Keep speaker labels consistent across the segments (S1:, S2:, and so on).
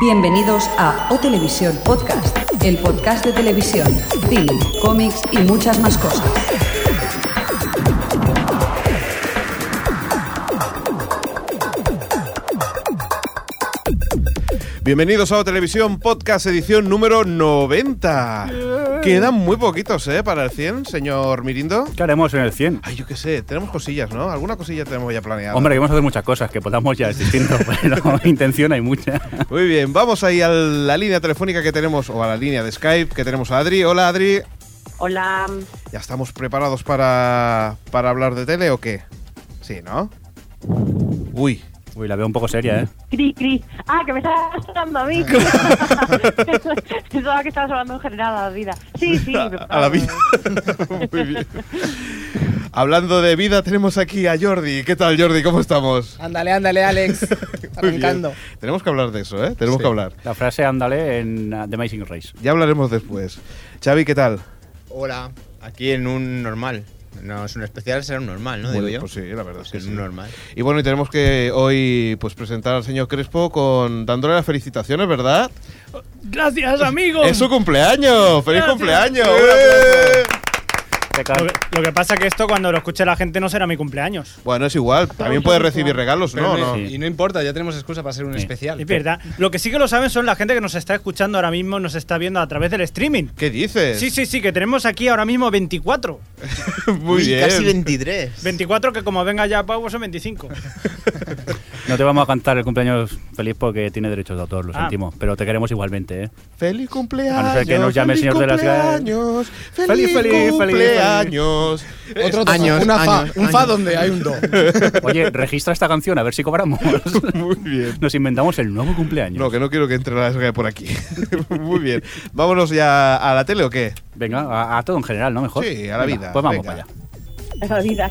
S1: Bienvenidos a O Televisión Podcast, el podcast de televisión, cine, cómics y muchas más cosas.
S2: Bienvenidos a O Televisión Podcast edición número 90. Quedan muy poquitos, ¿eh? Para el 100, señor Mirindo.
S3: ¿Qué haremos en el 100?
S2: Ay, yo qué sé, tenemos cosillas, ¿no? Alguna cosilla tenemos ya planeada.
S3: Hombre, que vamos a hacer muchas cosas, que podamos ya es distinto, pero intención hay mucha.
S2: Muy bien, vamos ahí a la línea telefónica que tenemos, o a la línea de Skype que tenemos a Adri. Hola, Adri.
S4: Hola, mm,
S2: ¿Ya estamos preparados para, para hablar de tele o qué? Sí, ¿no? Uy,
S3: Uy, la veo un poco seria,
S2: Mm.
S3: ¿eh?
S4: Cri Cri. Ah, que me estás hablando a mí. Pensaba que estabas hablando en general a la vida. Sí, sí.
S2: a, a la vida. Muy bien. Hablando de vida, tenemos aquí a Jordi. ¿Qué tal, Jordi? ¿Cómo estamos?
S5: Ándale, ándale, Alex.
S2: Muy bien.
S5: Arrancando.
S2: Tenemos que hablar de eso, ¿eh? Tenemos
S5: Sí.
S2: que hablar.
S3: La frase ándale en uh, The Amazing Race.
S2: Ya hablaremos después. Xavi, ¿qué tal?
S6: Hola, aquí en un normal. No es un especial, será un normal, ¿no?
S2: Bueno,
S6: Digo yo.
S2: Pues sí, la verdad es que
S6: es
S2: sí.
S6: un normal.
S2: Y bueno, y tenemos que hoy pues presentar al señor Crespo con dándole las felicitaciones, ¿verdad?
S7: Gracias, amigo.
S2: ¡Es su cumpleaños! ¡Feliz
S7: Gracias.
S2: cumpleaños!
S3: ¿Qué
S7: Lo
S3: tal?
S7: que, lo que pasa que esto cuando lo escuche la gente no será mi cumpleaños.
S2: Bueno, es igual, también puedes recibir regalos, ¿no?
S5: Pero
S2: ¿no?
S3: Sí.
S5: Y no importa, ya tenemos excusa para ser un
S3: Sí.
S5: especial.
S7: Es verdad. Lo que sí que lo saben son la gente que nos está escuchando ahora mismo, nos está viendo a través del streaming.
S2: ¿Qué dices?
S7: Sí, sí, sí, que tenemos aquí ahora mismo 24.
S2: Muy
S6: Uy,
S2: bien.
S6: Casi 23.
S7: 24 que como venga ya Pau son 25.
S3: No te vamos a cantar el cumpleaños feliz porque tiene derechos de autor, lo
S7: Ah.
S3: sentimos, pero te queremos igualmente, ¿eh?
S2: ¡Feliz cumpleaños!
S3: A no ser que nos llame el
S2: feliz
S3: señor de las gas-
S2: cumpleaños, ¡Feliz,
S3: Feliz, feliz, feliz,
S2: cumpleaños!
S5: Otro do,
S6: Años,
S5: una fa,
S6: años,
S5: un fa
S6: años.
S5: donde hay un do.
S3: Oye, registra esta canción, a ver si cobramos.
S2: Muy bien.
S3: Nos inventamos el nuevo cumpleaños.
S2: No, que no quiero que entre la SGA por aquí. Muy bien. ¿Vámonos ya a la tele o qué?
S3: Venga, a, a todo en general, ¿no? Mejor.
S2: Sí, a la
S3: Venga,
S2: vida,
S3: Pues vamos
S2: venga.
S3: para allá.
S4: A la vida.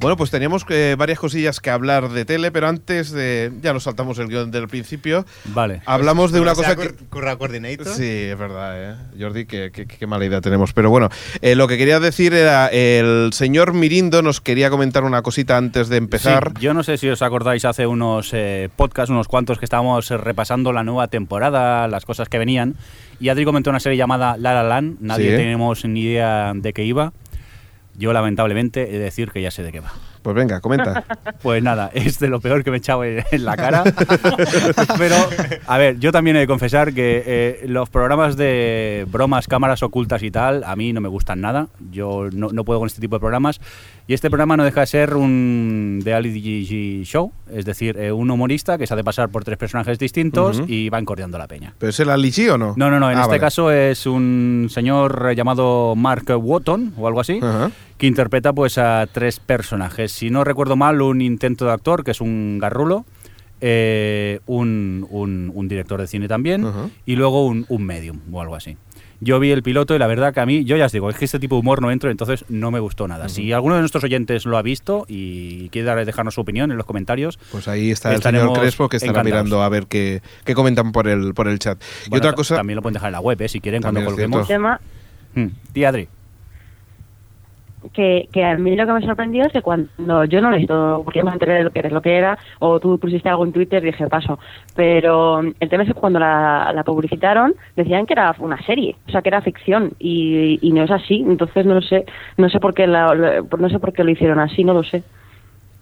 S2: Bueno, pues teníamos eh, varias cosillas que hablar de tele, pero antes de. Ya nos saltamos el guión del principio.
S3: Vale.
S2: Hablamos de
S3: pues,
S2: una cosa que.
S6: Curra Coordinator.
S2: Sí, es verdad, ¿eh? Jordi, qué, qué- qué mala idea tenemos. Pero bueno, eh, lo que quería decir era, el señor Mirindo nos quería comentar una cosita antes de empezar.
S3: Sí, yo no sé si os acordáis hace unos eh, podcasts, unos cuantos, que estábamos eh, repasando la nueva temporada, las cosas que venían. Y Adri comentó una serie llamada La La Land. Nadie
S2: Sí.
S3: tenemos ni idea de qué iba. Yo, lamentablemente, he de decir que ya sé de qué va.
S2: Pues venga, comenta.
S3: Pues nada, es de lo peor que me he echado en, en la cara. Pero, a ver, yo también he de confesar que eh, los programas de bromas, cámaras ocultas y tal, a mí no me gustan nada. Yo no, no puedo con este tipo de programas. Y este programa no deja de ser un reality show, es decir, eh, un humorista que se hace pasar por tres personajes distintos
S2: Ujú.
S3: y va encordeando la peña.
S2: ¿Pero es el Alichi o no?
S3: No, no, no, en
S2: Ah,
S3: este
S2: vale.
S3: caso es un señor eh, llamado Mark Wotton o algo así
S2: Ajá.
S3: que interpreta pues a tres personajes. Si no recuerdo mal, un intento de actor, que es un garrulo, eh, un, un- un director de cine también,
S2: Ujú.
S3: y luego un, un medium o algo así. Yo vi el piloto y la verdad que a mí, yo ya os digo, es que este tipo de humor no entro, entonces no me gustó nada. Si alguno de nuestros oyentes lo ha visto y quiere dar- dejarnos su opinión en los comentarios,
S2: Pues ahí está el
S3: Estaremos
S2: señor Crespo que estará
S3: encantados.
S2: mirando a ver qué, qué comentan por el, por el chat. y
S3: bueno,
S2: otra
S3: ta-
S2: cosa.
S3: también lo pueden dejar en la web, eh, si quieren, cuando
S2: También es cierto.
S3: colguemos.
S4: Tema
S3: Mm. Tía Adri,
S4: que, que a mí lo que me sorprendió es que cuando yo no lo he visto, porque no me enteré de lo que, lo que era, o tú pusiste algo en Twitter, dije paso. Pero mm, el tema es que cuando la, la publicitaron decían que era una serie, o sea que era ficción y, y no es así. Entonces no sé, no sé por qué la- lo- no sé por qué lo hicieron así, no lo sé.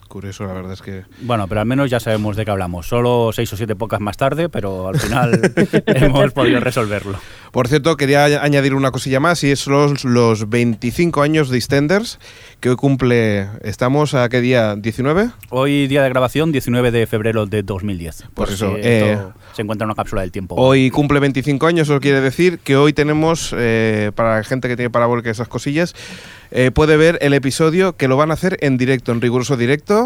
S2: Curioso, la verdad es que.
S3: Bueno, pero al menos ya sabemos de qué hablamos. Solo seis o siete pocas más tarde, pero al final hemos podido resolverlo.
S2: Por cierto, quería a- añadir una cosilla más y es los, los 25 años de Extenders que hoy cumple. ¿Estamos a qué día? ¿19?
S3: Hoy día de grabación, 19 de febrero de 2010.
S2: Por
S3: Por
S2: eso,
S3: si esto
S2: eh,
S3: se encuentra en una cápsula del tiempo.
S2: Hoy cumple 25 años, eso quiere decir que hoy tenemos, eh, para la gente que tiene parabólica y esas cosillas, eh, puede ver el episodio que lo van a hacer en directo, en riguroso directo.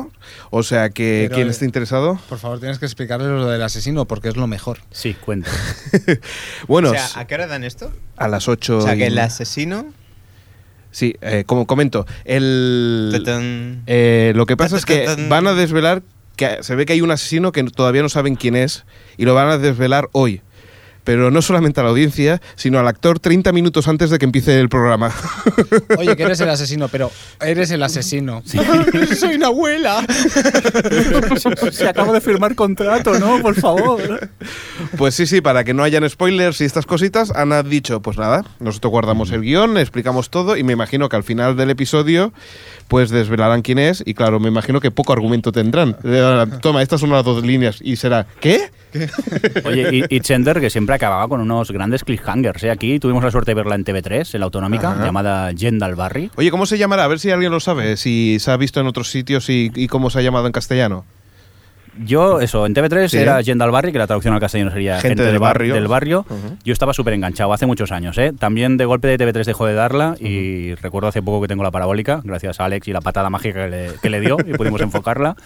S2: O sea que
S5: Pero,
S2: quien
S5: eh,
S2: esté interesado.
S5: Por favor, tienes que explicarle lo del asesino porque es lo mejor.
S3: Sí, cuento.
S2: Bueno,
S6: O sea, ¿a qué hora dan esto?
S2: a las 8.
S6: O sea,
S2: y-
S6: que el asesino.
S2: Sí, eh, como comento, el,
S6: Tatán.
S2: eh, lo que pasa
S6: Ta,
S2: es
S6: ta,
S2: que
S6: ta, tan.
S2: van a desvelar que se ve que hay un asesino que todavía no saben quién es y lo van a desvelar hoy. pero no solamente a la audiencia, sino al actor 30 minutos antes de que empiece el programa.
S5: Oye, que eres el asesino, pero eres el asesino. Soy una abuela.
S3: Se acabo de firmar contrato, ¿no? Por favor.
S2: Pues sí, sí, para que no hayan spoilers y estas cositas, han dicho, pues nada, nosotros guardamos el guión, explicamos todo y me imagino que al final del episodio pues desvelarán quién es y claro, me imagino que poco argumento tendrán. Le darán, Toma, estas son las dos líneas y será, ¿qué?
S3: Oye, y, y Chender, que siempre acababa con unos grandes cliffhangers. ¿eh? Aquí tuvimos la suerte de verla en TV3, en la autonómica,
S2: Ajá.
S3: llamada Yendal Barry.
S2: Oye, ¿cómo se llamará? A ver si alguien lo sabe, si se ha visto en otros sitios y, y cómo se ha llamado en castellano.
S3: Yo, eso, en TV3
S2: Sí.
S3: era Yendal Barry, que la traducción al castellano sería
S2: Gente del
S3: bar-
S2: barrio.
S3: del barrio.
S2: Ujú.
S3: Yo estaba súper enganchado hace muchos años. ¿eh? También de golpe de TV3 dejó de darla y recuerdo hace poco que tengo la parabólica, gracias a Alex y la patada mágica que le, que le dio y pudimos enfocarla.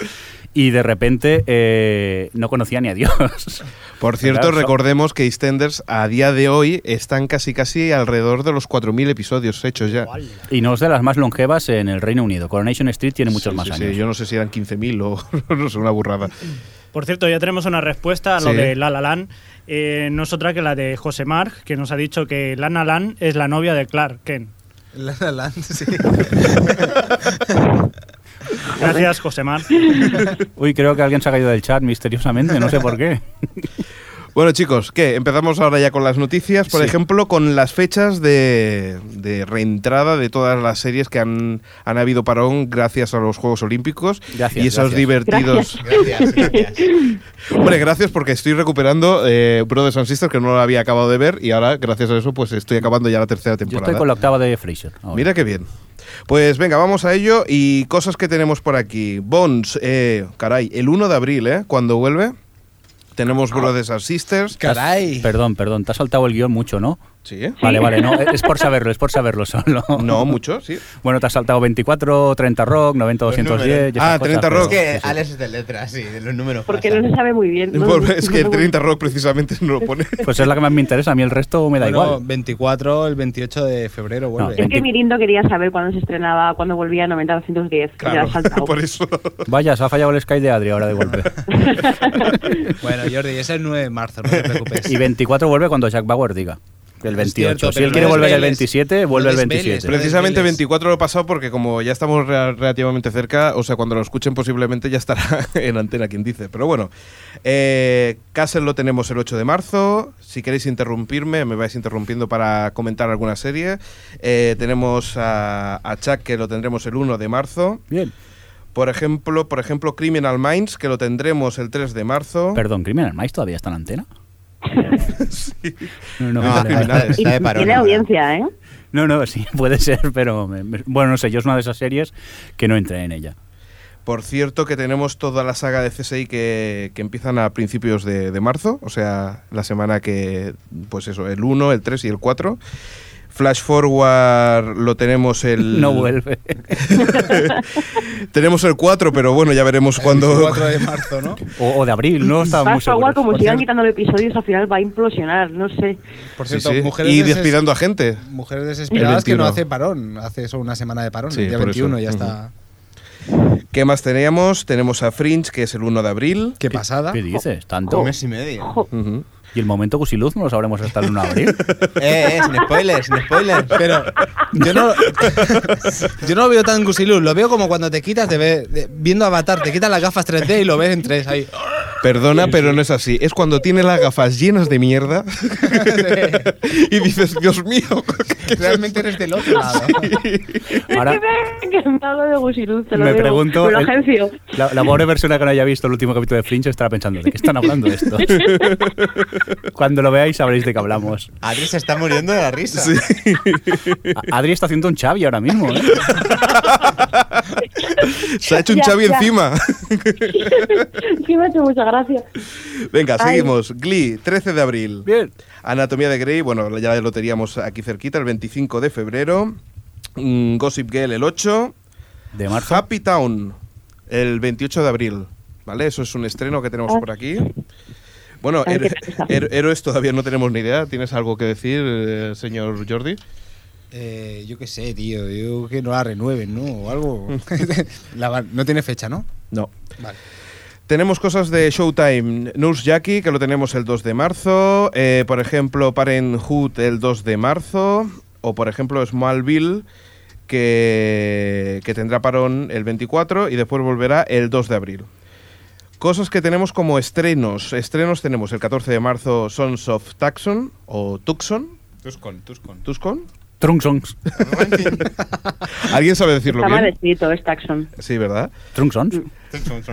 S3: Y de repente eh, no conocía ni a Dios.
S2: Por cierto,
S3: Pues Claro, so-
S2: recordemos que EastEnders a día de hoy están casi casi alrededor de los 4.000 episodios hechos ya.
S3: Y no es de las más longevas en el Reino Unido. Coronation Street tiene muchos
S2: Sí,
S3: más
S2: sí, sí,
S3: años.
S2: yo no sé si eran 15.000 o no sé, una burrada.
S7: Por cierto, ya tenemos una respuesta a lo
S2: Sí.
S7: de La La Land. Eh, no es otra que la de José Mar, que nos ha dicho que Lana Land es la novia de Clark Kent.
S5: La La Land, sí.
S7: Gracias, José Mar.
S3: Uy, creo que alguien se ha caído del chat misteriosamente, no sé por qué.
S2: Bueno, chicos, ¿qué? Empezamos ahora ya con las noticias, por
S3: Sí.
S2: ejemplo, con las fechas de, de reentrada de todas las series que han, han habido parón gracias a los Juegos Olímpicos
S3: Gracias,
S2: y esos
S3: gracias.
S2: divertidos.
S6: Gracias, gracias.
S2: Hombre, gracias porque estoy recuperando eh, Brothers and Sisters, que no lo había acabado de ver, y ahora, gracias a eso, pues estoy acabando ya la tercera
S3: Yo
S2: temporada.
S3: estoy con la octava de Fraser. ahora.
S2: Mira qué bien. Pues venga, vamos a ello y cosas que tenemos por aquí. Bones, eh, caray, el 1 de abril, ¿eh? Cuando vuelve,
S4: Ah.
S2: tenemos Brothers and Sisters.
S5: Caray.
S3: Perdón, perdón, te has saltado el guión mucho, ¿no?
S2: Sí, ¿eh?
S3: Vale, vale, no, es por saberlo, es por saberlo solo.
S2: No, mucho, sí.
S3: Bueno, te has saltado 24, 30 Rock, 90,
S5: Pues
S6: Los
S3: 210.
S6: números.
S3: y esas
S2: Ah, 30
S3: pero-
S2: Rock.
S3: sí,
S6: Que
S3: sí.
S6: Alex es de letras, sí, de los números.
S4: Porque
S6: pasa.
S4: no se sabe muy bien. ¿no?
S2: Por- es que
S4: No, no,
S2: 30 Rock precisamente no lo pone.
S3: Pues es la que más me interesa, a mí el resto me da
S5: Bueno,
S3: igual.
S5: 24, el 28 de febrero vuelve.
S4: Es que Mirindo quería saber cuándo se estrenaba, cuándo volvía a 90-210. Ya
S2: Claro,
S4: ha saltado.
S2: por eso.
S3: Vaya, se ha fallado el Sky de Adri ahora de golpe.
S5: Bueno, Jordi, es el 9 de marzo, no te preocupes.
S3: Y 24 vuelve cuando Jack Bauer diga. El 28.
S5: cierto,
S3: si él
S5: pero
S3: quiere
S5: no
S3: volver el
S5: desveles.
S3: 27, vuelve
S5: No
S3: el
S5: desveles,
S3: 27.
S5: pero-
S2: Precisamente
S5: Vélez.
S2: 24 lo he pasado porque como ya estamos re- relativamente cerca, o sea, cuando lo escuchen posiblemente ya estará en antena quien dice. Pero bueno, eh, Castle lo tenemos el 8 de marzo. Si queréis interrumpirme, me vais interrumpiendo para comentar alguna serie. Eh, tenemos a, a Chuck que lo tendremos el 1 de marzo.
S3: Bien.
S2: Por ejemplo, por ejemplo, Criminal Minds que lo tendremos el 3 de marzo.
S3: Perdón, Criminal Minds todavía está en antena. No, no,
S6: No,
S3: vale,
S6: no,
S3: vale.
S6: está- está de parón
S4: Tiene
S6: ahora.
S4: audiencia, ¿eh?
S3: No, no, sí, puede ser, pero me- me- bueno, no sé, yo es una de esas series que no entré en ella.
S2: Por cierto, que tenemos toda la saga de CSI que, que empiezan a principios de, de marzo, o sea, la semana que, pues eso, el 1, el 3 y el 4. Flash Forward lo tenemos el.
S5: Mm.
S3: No vuelve.
S2: Tenemos el 4, pero bueno, ya veremos
S5: El eh,
S2: cuándo.
S5: 4 de marzo, ¿no?
S3: O, o de abril, no está muy
S4: Fast forward,
S3: seguro.
S4: como sigan quitándole episodios, al final va a implosionar, no sé.
S5: Por
S2: Sí,
S5: cierto,
S2: sí.
S5: mujeres
S2: Y
S5: deses-
S2: despidando a gente.
S5: Mujeres desesperadas que no
S2: 21.
S5: hace parón, hace eso una semana de parón,
S2: Sí,
S5: el día
S2: por eso.
S5: 21 ya
S2: Ujú.
S5: está.
S2: ¿Qué más teníamos? Tenemos a Fringe, que es el 1 de abril.
S5: Qué pasada.
S3: ¿Qué dices? ¿Tanto?
S6: Un mes y medio.
S4: Jo,
S2: Ujú.
S3: Y el momento Cusiluz no lo sabremos hasta el 1 de abril.
S6: Eh, eh, sin spoilers, sin spoilers.
S5: Pero yo no, yo no lo veo tan gusilú, lo veo como cuando te quitas, te ve, de- viendo Avatar, te quitas las gafas 3D y lo ves en 3 ahí.
S2: Perdona, pero no es así. Es cuando tiene las gafas llenas de mierda y dices, Dios mío, ¿qué es
S5: Realmente eres del otro lado.
S3: Ahora
S4: Es que me hago de Gusiluz, te lo
S3: me
S4: digo.
S3: pregunto...
S4: Me lo
S3: el-
S4: agencio.
S3: la, la pobre persona que no haya visto el último capítulo de Fringe estará pensando, ¿de qué están hablando estos? Cuando lo veáis sabréis de qué hablamos.
S6: Adri se está muriendo de la risa.
S3: A- Adri está haciendo un Xavi ahora mismo, ¿eh?
S2: Se ha hecho un
S4: Ya,
S2: chavi
S4: ya.
S2: encima.
S4: Sí, me ha hecho mucha gracia.
S2: Venga,
S4: Ay.
S2: seguimos. Glee, 13 de abril.
S3: Bien.
S2: Anatomía de Grey, bueno, ya lo teníamos aquí cerquita, el 25 de febrero. Mm, Gossip Girl, el 8.
S3: De marzo.
S2: Happy Town, el 28 de abril. ¿Vale? Eso es un estreno que tenemos
S4: Ah.
S2: por aquí. Bueno,
S4: Ay,
S2: her-
S4: qué pereza.
S2: her- héroes todavía no tenemos ni idea. ¿Tienes algo que decir, eh, señor Jordi?
S5: Eh, yo qué sé, tío, yo que no la renueven, ¿no? O algo. La van- no tiene fecha, ¿no?
S2: No.
S5: Vale.
S2: Tenemos cosas de Showtime. Nurse Jackie, que lo tenemos el 2 de marzo. eh, por ejemplo, Parenthood el 2 de marzo. O por ejemplo, Smallville, que, que tendrá parón el 24 y después volverá el 2 de abril. Cosas que tenemos como estrenos. Estrenos tenemos el 14 de marzo Sons of Tucson o Tucson.
S6: Tuscon, Tuscon.
S2: Tucson.
S3: Trunksons.
S2: ¿Alguien sabe decirlo
S4: Está mal
S2: bien?
S4: escrito, es Taxon.
S2: Sí, ¿verdad?
S3: Trunksons.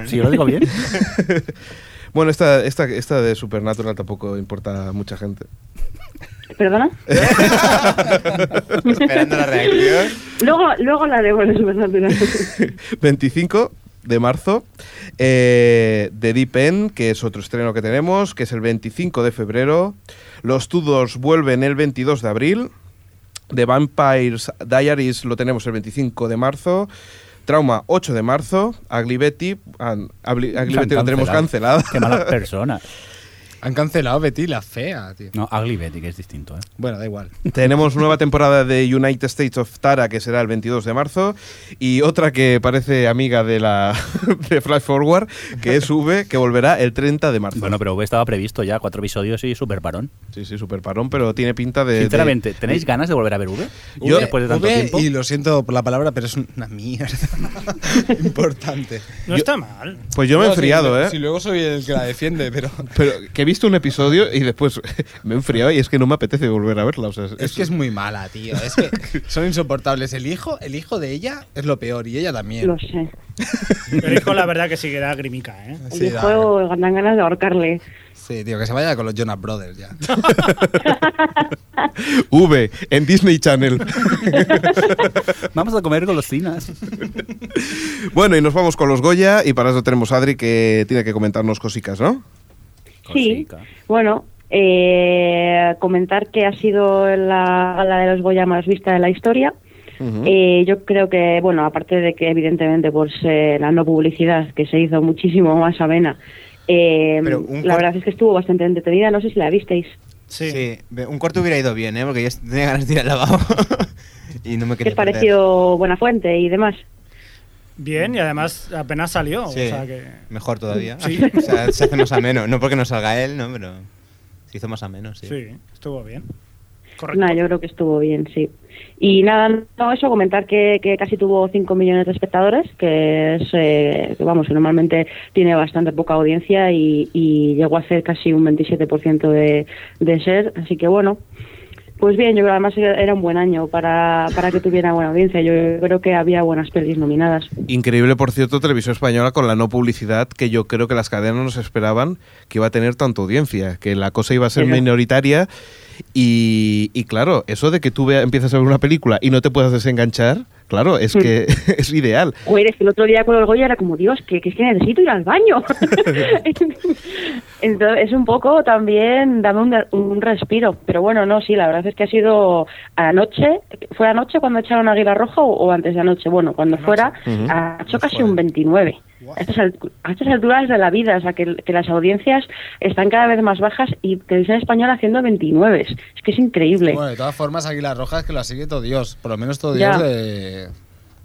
S3: Sí, lo digo bien.
S2: Bueno, esta, esta, esta de Supernatural tampoco importa a mucha gente.
S4: ¿Perdona?
S6: Esperando la reacción.
S4: Luego, luego la debo en Supernatural.
S2: 25 de marzo, eh, The Deep End, que es otro estreno que tenemos, que es el 25 de febrero. Los Tudors vuelven el 22 de abril. The Vampires Diaries lo tenemos el 25 de marzo. Trauma 8 de marzo. Aglibetti, ah, Agli- Aglibetti lo tenemos cancelado.
S3: Qué malas personas.
S5: Han cancelado Betty la fea, tío.
S3: No, Ugly Betty, que es distinto, ¿eh?
S5: Bueno, da igual.
S2: Tenemos nueva temporada de United States of Tara que será el 22 de marzo y otra que parece amiga de la de Flash Forward que es V que volverá el 30 de marzo.
S3: Bueno, pero estaba previsto ya cuatro episodios y super parón.
S2: sí, sí, super parón, pero tiene pinta de de-
S3: Sinceramente, ¿tenéis ganas de volver a ver V?
S2: Yo-
S3: después de tanto
S5: V,
S3: tiempo.
S5: Y lo siento por la palabra, pero es una mierda. Importante.
S7: No está mal.
S2: Pues yo me he
S5: No, si-
S2: enfriado, ¿eh?
S5: Si luego soy el que la defiende, pero.
S2: Pero que he visto un episodio y después me he enfriado y es que no me apetece volver a verla, o sea,
S5: Es que es muy mala, tío. Es que son insoportables. El hijo, el hijo de ella es lo peor y ella también.
S4: Lo sé.
S7: El hijo, la verdad, que sí que da grimica, ¿eh?
S5: Sí,
S4: El
S5: da-
S4: juego dan ganas de ahorcarle.
S5: Sí, tío, que se vaya con los Jonas Brothers ya.
S2: V en Disney Channel.
S3: Vamos a comer golosinas.
S2: bueno, y nos vamos con los Goya y para eso tenemos a Adri que tiene que comentarnos cositas, ¿no?
S4: Sí,
S3: Cosica.
S4: bueno, eh, comentar que ha sido la gala de los Goya más vista de la historia. Eh, yo creo que, bueno, aparte de que evidentemente por la no publicidad que se hizo muchísimo más amena, eh,
S6: Pero un
S4: la
S6: cor-
S4: verdad es que estuvo bastante entretenida, no sé si la visteis.
S7: Sí.
S6: Sí, ve- un corto hubiera ido bien, ¿eh? Porque yo tenía ganas de ir al lavabo. y no me
S4: Que
S6: quería
S4: es
S6: perder.
S4: parecido Buenafuente y demás.
S7: Bien, y además apenas salió.
S6: Sí,
S7: O sea que...
S6: mejor todavía.
S7: Sí.
S6: O sea, se hace más ameno. No porque no salga él, no, pero se hizo más ameno, sí.
S7: Sí, estuvo bien. Correcto.
S4: No, yo creo que estuvo bien, sí. Y nada, no, eso, comentar que, que casi tuvo 5 millones de espectadores, que es, eh, que vamos, que normalmente tiene bastante poca audiencia y, y llegó a hacer casi un 27% de, de ser, así que bueno. Pues bien, yo creo además era era un buen año para, para que tuviera buena audiencia. Yo creo que había buenas pelis nominadas.
S2: Increíble, por cierto, Televisión Española con la no publicidad que yo creo que las cadenas nos esperaban que iba a tener tanta audiencia, que la cosa iba a ser
S4: Pero-
S2: minoritaria. Y, y claro, eso de que tú vea- empiezas a ver una película y no te puedas desenganchar, claro, es que es ideal.
S4: Joder, es que el otro día con el Goya era como, Dios, que, que es que necesito ir al baño. Entonces, es un poco también, dame un, un respiro. Pero bueno, no, sí, la verdad es que ha sido anoche, ¿fue anoche cuando echaron Águila Roja o, o antes de anoche? Bueno, cuando fuera,
S2: Ujú.
S4: ha hecho casi un 29. A estas, alt- a estas alturas de la vida, o sea, que, que las audiencias están cada vez más bajas y Televisión Española haciendo 29. Es que es increíble.
S5: Bueno, de todas formas, aquí las rojas que la sigue todo Dios. Por lo menos todo
S4: Ya.
S5: Dios de,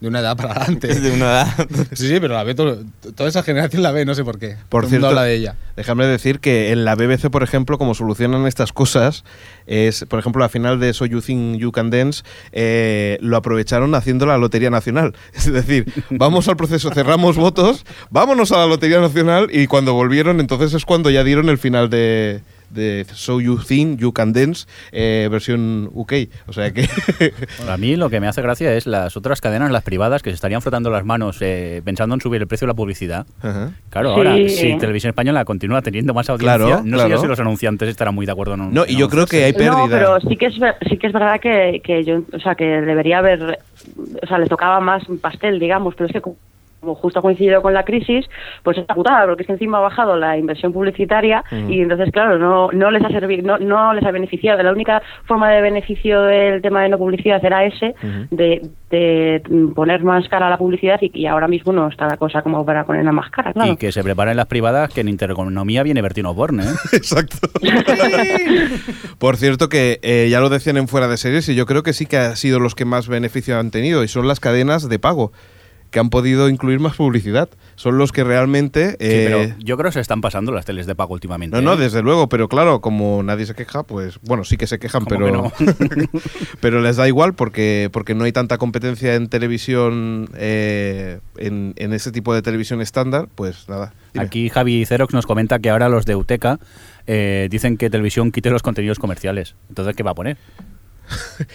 S5: de una edad para adelante.
S6: Es de una edad.
S5: Sí, sí, pero la ve todo- toda esa generación la ve, no sé por qué.
S2: Por
S5: Todo el mundo
S2: cierto,
S5: habla de ella.
S2: Déjame decir que en la BBC, por ejemplo, como solucionan estas cosas, es, por ejemplo, la final de So You Think You Can Dance, eh, lo aprovecharon haciendo la Lotería Nacional. Es decir, vamos al proceso, cerramos votos, vámonos a la Lotería Nacional y cuando volvieron, entonces es cuando ya dieron el final de, de So You Think You Can Dance, eh, versión UK. O sea que...
S3: A mí lo que me hace gracia es las otras cadenas, las privadas, que se estarían frotando las manos eh, pensando en subir el precio de la publicidad.
S2: Ajá.
S3: Claro,
S4: Sí.
S3: ahora, si Televisión Española continúa teniendo más audiencia,
S2: Claro,
S3: no sé
S2: claro.
S3: yo si los anunciantes estarán muy de acuerdo o no.
S2: No, y yo creo que hay pérdida.
S4: No, pero sí que es ver- sí que es verdad que, que yo, o sea, que debería haber, o sea, le tocaba más pastel, digamos, pero es que como justo ha coincidido con la crisis, pues es una putada, porque es que encima ha bajado la inversión publicitaria
S2: Mm.
S4: y entonces, claro, no, no les ha servido, no, no les ha beneficiado. La única forma de beneficio del tema de no publicidad era ese, de, de poner más cara a la publicidad y, y ahora mismo no está la cosa como para ponerla más cara, claro.
S3: Y que se preparen las privadas, que en Intereconomía viene Bertino Borne. ¿eh?
S2: Exacto. Por cierto, que eh, ya lo decían en fuera de series y yo creo que sí que ha sido los que más beneficio han tenido y son las cadenas de pago. que han podido incluir más publicidad. Son los que realmente...
S3: Sí,
S2: eh,
S3: pero yo creo que se están pasando las teles de pago últimamente.
S2: no, no,
S3: ¿eh?
S2: desde luego, pero claro, como nadie se queja, pues bueno, sí que se quejan,
S3: Como
S2: pero,
S3: que no.
S2: pero les da igual porque, porque no hay tanta competencia en televisión, eh, en, en ese tipo de televisión estándar, pues nada. dime.
S3: Aquí Javi Cerox nos comenta que ahora los de Uteca eh, dicen que televisión quite los contenidos comerciales. Entonces, ¿qué va a poner?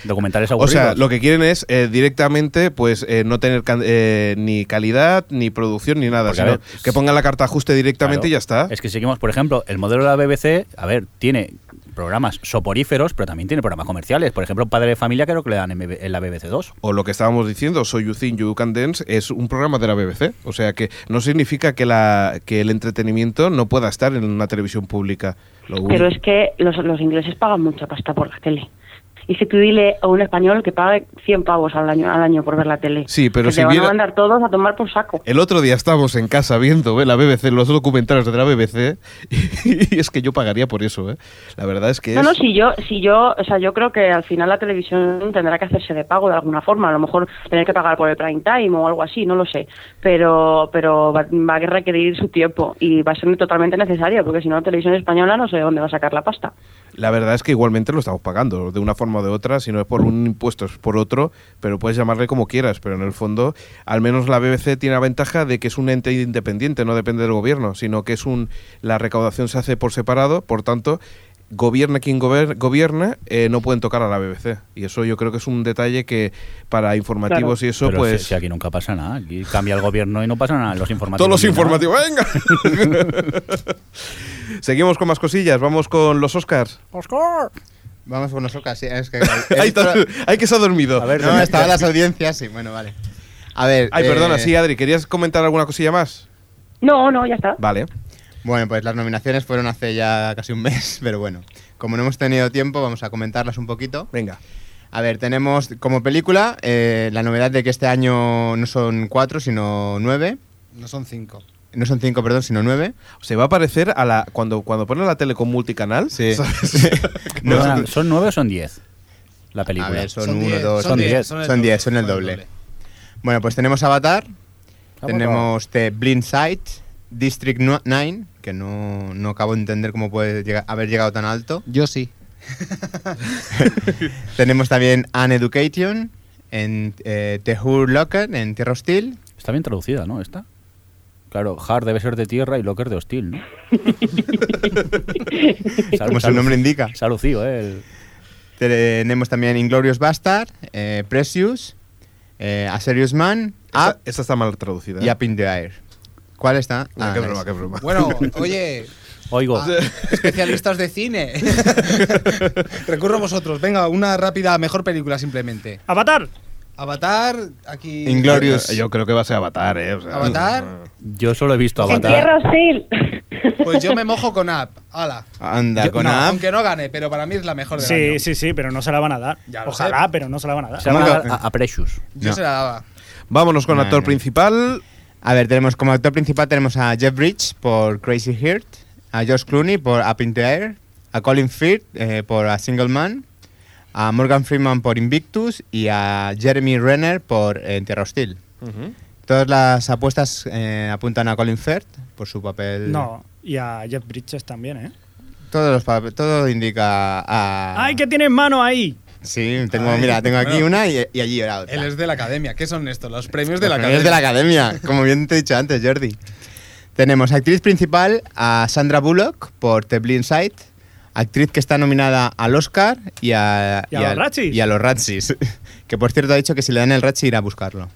S3: Documentales
S2: O
S3: aburridos.
S2: sea, lo que quieren es eh, directamente pues eh, no tener can- eh, ni calidad, ni producción, ni nada.
S3: Porque, a
S2: sino
S3: ver,
S2: que pongan la carta ajuste directamente
S3: Claro.
S2: y ya está.
S3: Es que seguimos, por ejemplo, el modelo de la BBC, a ver, tiene programas soporíferos, pero también tiene programas comerciales. Por ejemplo, Padre de Familia creo que le dan en, BB en la BBC 2.
S2: O lo que estábamos diciendo, Soy You Think You Can Dance es un programa de la BBC. O sea que no significa que, la, que el entretenimiento no pueda estar en una televisión pública. Lo único-
S4: Pero es que los, los ingleses pagan mucha pasta por la tele. Y si tú dile a un español que pague 100 pavos al año, al año por ver la tele.
S2: Sí, pero
S4: que
S2: si
S4: te van
S2: viera-
S4: a mandar todos a tomar por saco.
S2: El otro día estábamos en casa viendo eh, la BBC, los documentales de la BBC, y, es que yo pagaría por eso. eh. La verdad es que
S4: No,
S2: es...
S4: no, si yo, si yo, o sea, yo creo que al final la televisión tendrá que hacerse de pago de alguna forma, a lo mejor tener que pagar por el prime time o algo así, no lo sé, pero, pero va, va a requerir su tiempo y va a ser totalmente necesario, porque si no, la televisión española no sé de dónde va a sacar la pasta.
S2: La verdad es que igualmente lo estamos pagando, de una forma o de otra, si no es por un impuesto es por otro, pero puedes llamarle como quieras, pero en el fondo al menos la BBC tiene la ventaja de que es un ente independiente, no depende del gobierno, sino que es un la recaudación se hace por separado, por tanto, gobierne quien gober- gobierne, eh, no pueden tocar a la BBC. Y eso yo creo que es un detalle que para informativos y eso
S3: Pero
S2: pues
S3: si, si aquí nunca pasa nada, aquí cambia el gobierno y no pasa nada. Los informativos.
S2: todos los
S3: ni nada.
S2: informativos, venga. Seguimos con más cosillas, vamos con los Oscars.
S6: Vamos con nosotros, sí, ¿eh? es que...
S2: Ahí, está- ahí que se ha dormido.
S3: A ver,
S6: No, estaban las audiencias, sí, bueno, vale. A ver...
S2: Ay,
S6: eh,
S2: perdona, sí, Adri, ¿querías comentar alguna cosilla más?
S4: No, no, ya está.
S2: Vale.
S6: Bueno, pues las nominaciones fueron hace ya casi un mes, pero bueno. Como no hemos tenido tiempo, vamos a comentarlas un poquito.
S2: Venga.
S6: A ver, tenemos como película eh, la novedad de que este año no son cuatro, sino nueve.
S5: No son cinco.
S6: No son cinco, perdón, sino nueve.
S2: Se va a parecer a la. Cuando, cuando ponen la tele con multicanal.
S6: Sí.
S2: ¿sabes?
S6: No,
S3: Perdona, ¿Son nueve o son diez? La película.
S6: A ver, son,
S5: Son
S6: uno,
S5: diez,
S6: dos,
S5: son
S3: diez,
S6: Son diez, son el doble. Bueno, pues tenemos
S2: Ah,
S6: Avatar,
S2: pues
S6: tenemos The Blind Sight, District 9, que no, no acabo de entender cómo puede llegar- haber llegado tan alto.
S5: Yo sí.
S6: tenemos también An Education, en eh, The Hurt Locker, en Tierra Hostil.
S3: Está bien traducida, ¿no? Esta. Claro, Hard debe ser de tierra y Locker de hostil, ¿no?
S6: Como su nombre indica.
S3: Se ha lucido, ¿eh? El-
S6: Tenemos también Inglorious Bastard, eh, Precious, eh, A Serious Man,
S2: Esta,
S6: Up
S2: esta está mal traducida.
S6: Ah. y Up in the Air. ¿Cuál está?
S2: Ah,
S6: Ah,
S2: qué
S6: es.
S2: broma, qué broma.
S5: Bueno, oye,
S3: Oigo.
S5: ah, especialistas de cine. Recurro a vosotros. Venga, una rápida mejor película simplemente.
S7: Avatar.
S5: Avatar, aquí.
S6: Inglorious.
S2: Yo creo que va a ser Avatar, ¿eh? O sea,
S5: Avatar.
S3: Yo solo he visto
S4: En
S3: Avatar.
S4: tierra hostil.
S5: Pues yo me mojo con App. Ala.
S6: Anda,
S5: Yo-
S6: con
S5: no,
S6: Up.
S5: Aunque no gane, pero para mí es la mejor de
S7: Sí, sí, sí, pero no se la van a dar.
S5: Ya lo
S7: Ojalá,
S5: sé.
S7: pero no se la van a dar.
S3: Se llama a, a Precious.
S5: Yo
S6: No.
S5: se la daba.
S2: Vámonos con
S6: No,
S2: actor
S6: no.
S2: principal.
S6: A ver, tenemos como actor principal tenemos a Jeff Bridges por Crazy Heart, a Josh Clooney por Up in the Air, a Colin Firth eh, por A Single Man, a Morgan Freeman por Invictus y a Jeremy Renner por eh, Tierra Hostil. Todas las apuestas eh, apuntan a Colin Firth por su papel.
S7: No,
S6: eh.
S7: y a Jeff Bridges también, ¿eh?
S6: Todos los pap- todo indica a.
S7: ¡Ay, que tienes mano ahí!
S6: Sí, tengo,
S5: Ay,
S6: mira, tengo aquí
S5: bueno.
S6: una y, y allí la otra.
S5: Él es de la academia. ¿Qué son estos? Los premios de
S6: Los
S5: la
S6: premios
S5: academia.
S6: de la academia, como bien te he dicho antes, Jordi. Tenemos actriz principal a Sandra Bullock por The Blind Side, actriz que está nominada al Oscar y a,
S7: Y a los Razzies.
S6: y a los Razzies, que por cierto ha dicho que si le dan el Ratchis irá a buscarlo.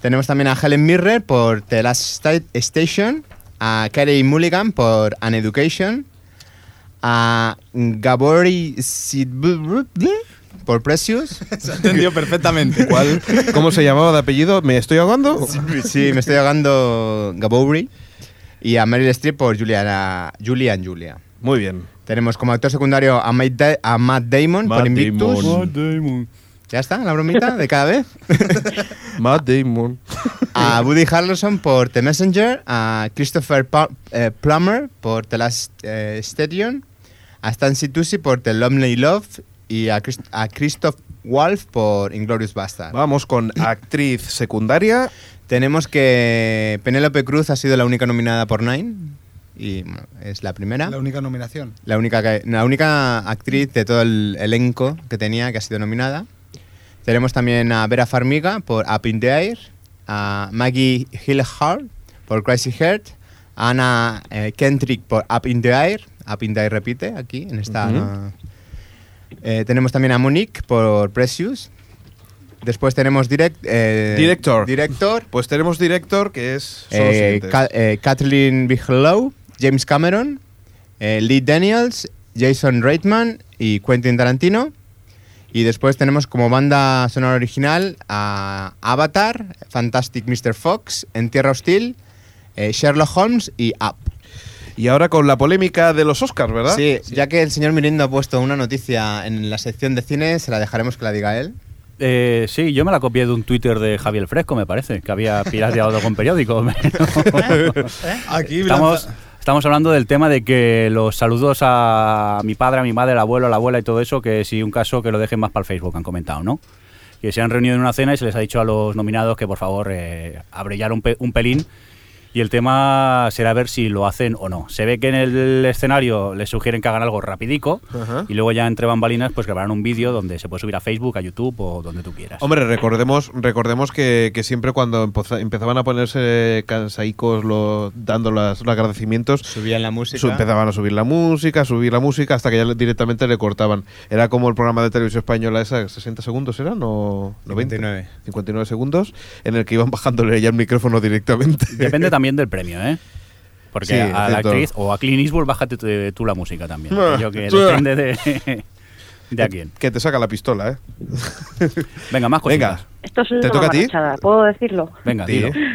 S6: Tenemos también a Helen Mirren por The Last Sta- Station, a Carey Mulligan por An Education, a Gabori Sidbou por Precious.
S5: Se ha entendido perfectamente.
S2: ¿Cuál? ¿Cómo se llamaba de apellido? ¿Me estoy ahogando?
S6: Sí, me estoy ahogando Gabowri y a Meryl Streep por Juliana, Julia and Julia.
S2: Muy bien.
S6: Tenemos como actor secundario a, Mike Da- a Matt Damon
S2: Matt
S6: por Invictus.
S2: Damon.
S6: Ya está, la bromita de cada vez.
S2: Matt Damon.
S6: A Woody Harrelson por The Messenger, a Christopher Pa- eh, Plummer por The Last eh, Station, a Stancy Tucci por The Lonely Love y a, Chris- a Christoph Wolf por Inglorious Bastard.
S2: Vamos con actriz secundaria.
S6: Tenemos que Penélope Cruz ha sido la única nominada por Nine. Y bueno, es la primera.
S5: La única nominación.
S6: La única, que- la única actriz de todo el elenco que tenía que ha sido nominada. Tenemos también a Vera Farmiga por Up in the Air, a Maggie Hillhart por Crazy Heart, a Anna eh, Kendrick por Up in the Air. Up in the Air repite aquí en esta.
S2: Ujú.
S6: ¿no? Eh, tenemos también a Monique por Precious. Después tenemos direct, eh,
S2: Director.
S6: Director
S2: Pues tenemos director que es. son los
S6: eh,
S2: siguientes.
S6: Ca- eh, Kathleen Bigelow, James Cameron, eh, Lee Daniels, Jason Reitman y Quentin Tarantino. Y después tenemos como banda sonora original a Avatar, Fantastic Mr. Fox, En Tierra Hostil, eh, Sherlock Holmes y Up.
S2: Y ahora con la polémica de los Oscars, ¿verdad?
S6: Sí, ya que el señor Mirindo ha puesto una noticia en la sección de cine, se la dejaremos que la diga él.
S3: Eh, sí, yo me la copié de un Twitter de Javier Fresco, me parece, que había pirateado con periódico.
S5: Aquí
S3: estamos, estamos hablando del tema de que los saludos a mi padre, a mi madre, al abuelo, a la abuela y todo eso, que si un caso que lo dejen más para el Facebook, han comentado, ¿no? Que se han reunido en una cena y se les ha dicho a los nominados que por favor eh, abrellar un, pe- un pelín. Y el tema será ver si lo hacen o no. Se ve que en el escenario les sugieren que hagan algo rapidico
S2: Ajá.
S3: y luego ya entre bambalinas pues grabarán un vídeo donde se puede subir a Facebook, a YouTube o donde tú quieras.
S2: Hombre, recordemos, recordemos que, que siempre cuando empoza- empezaban a ponerse cansaicos lo, dando las- los agradecimientos,
S6: Subían la música.
S2: su- empezaban a subir la música, a subir la música, hasta que ya le- directamente le cortaban. Era como el programa de televisión española, esa, 60 segundos eran o 90,
S6: 59.
S2: 59 segundos, en el que iban bajándole ya el micrófono directamente.
S3: Depende también del premio, ¿eh? Porque
S2: Sí,
S3: a
S2: de
S3: la
S2: todo.
S3: actriz o a Clint Eastwood bájate tú, eh, tú la música también.
S2: Ah,
S3: Yo que
S2: sí.
S3: depende de, de a quién.
S2: Que te saca la pistola, ¿eh?
S3: Venga, más
S2: Venga,
S3: cositas.
S4: Esto es
S2: ¿Te
S4: una
S2: toca a ti?
S4: barrachada, ¿puedo decirlo?
S3: Venga,
S2: Dilo.
S3: dilo.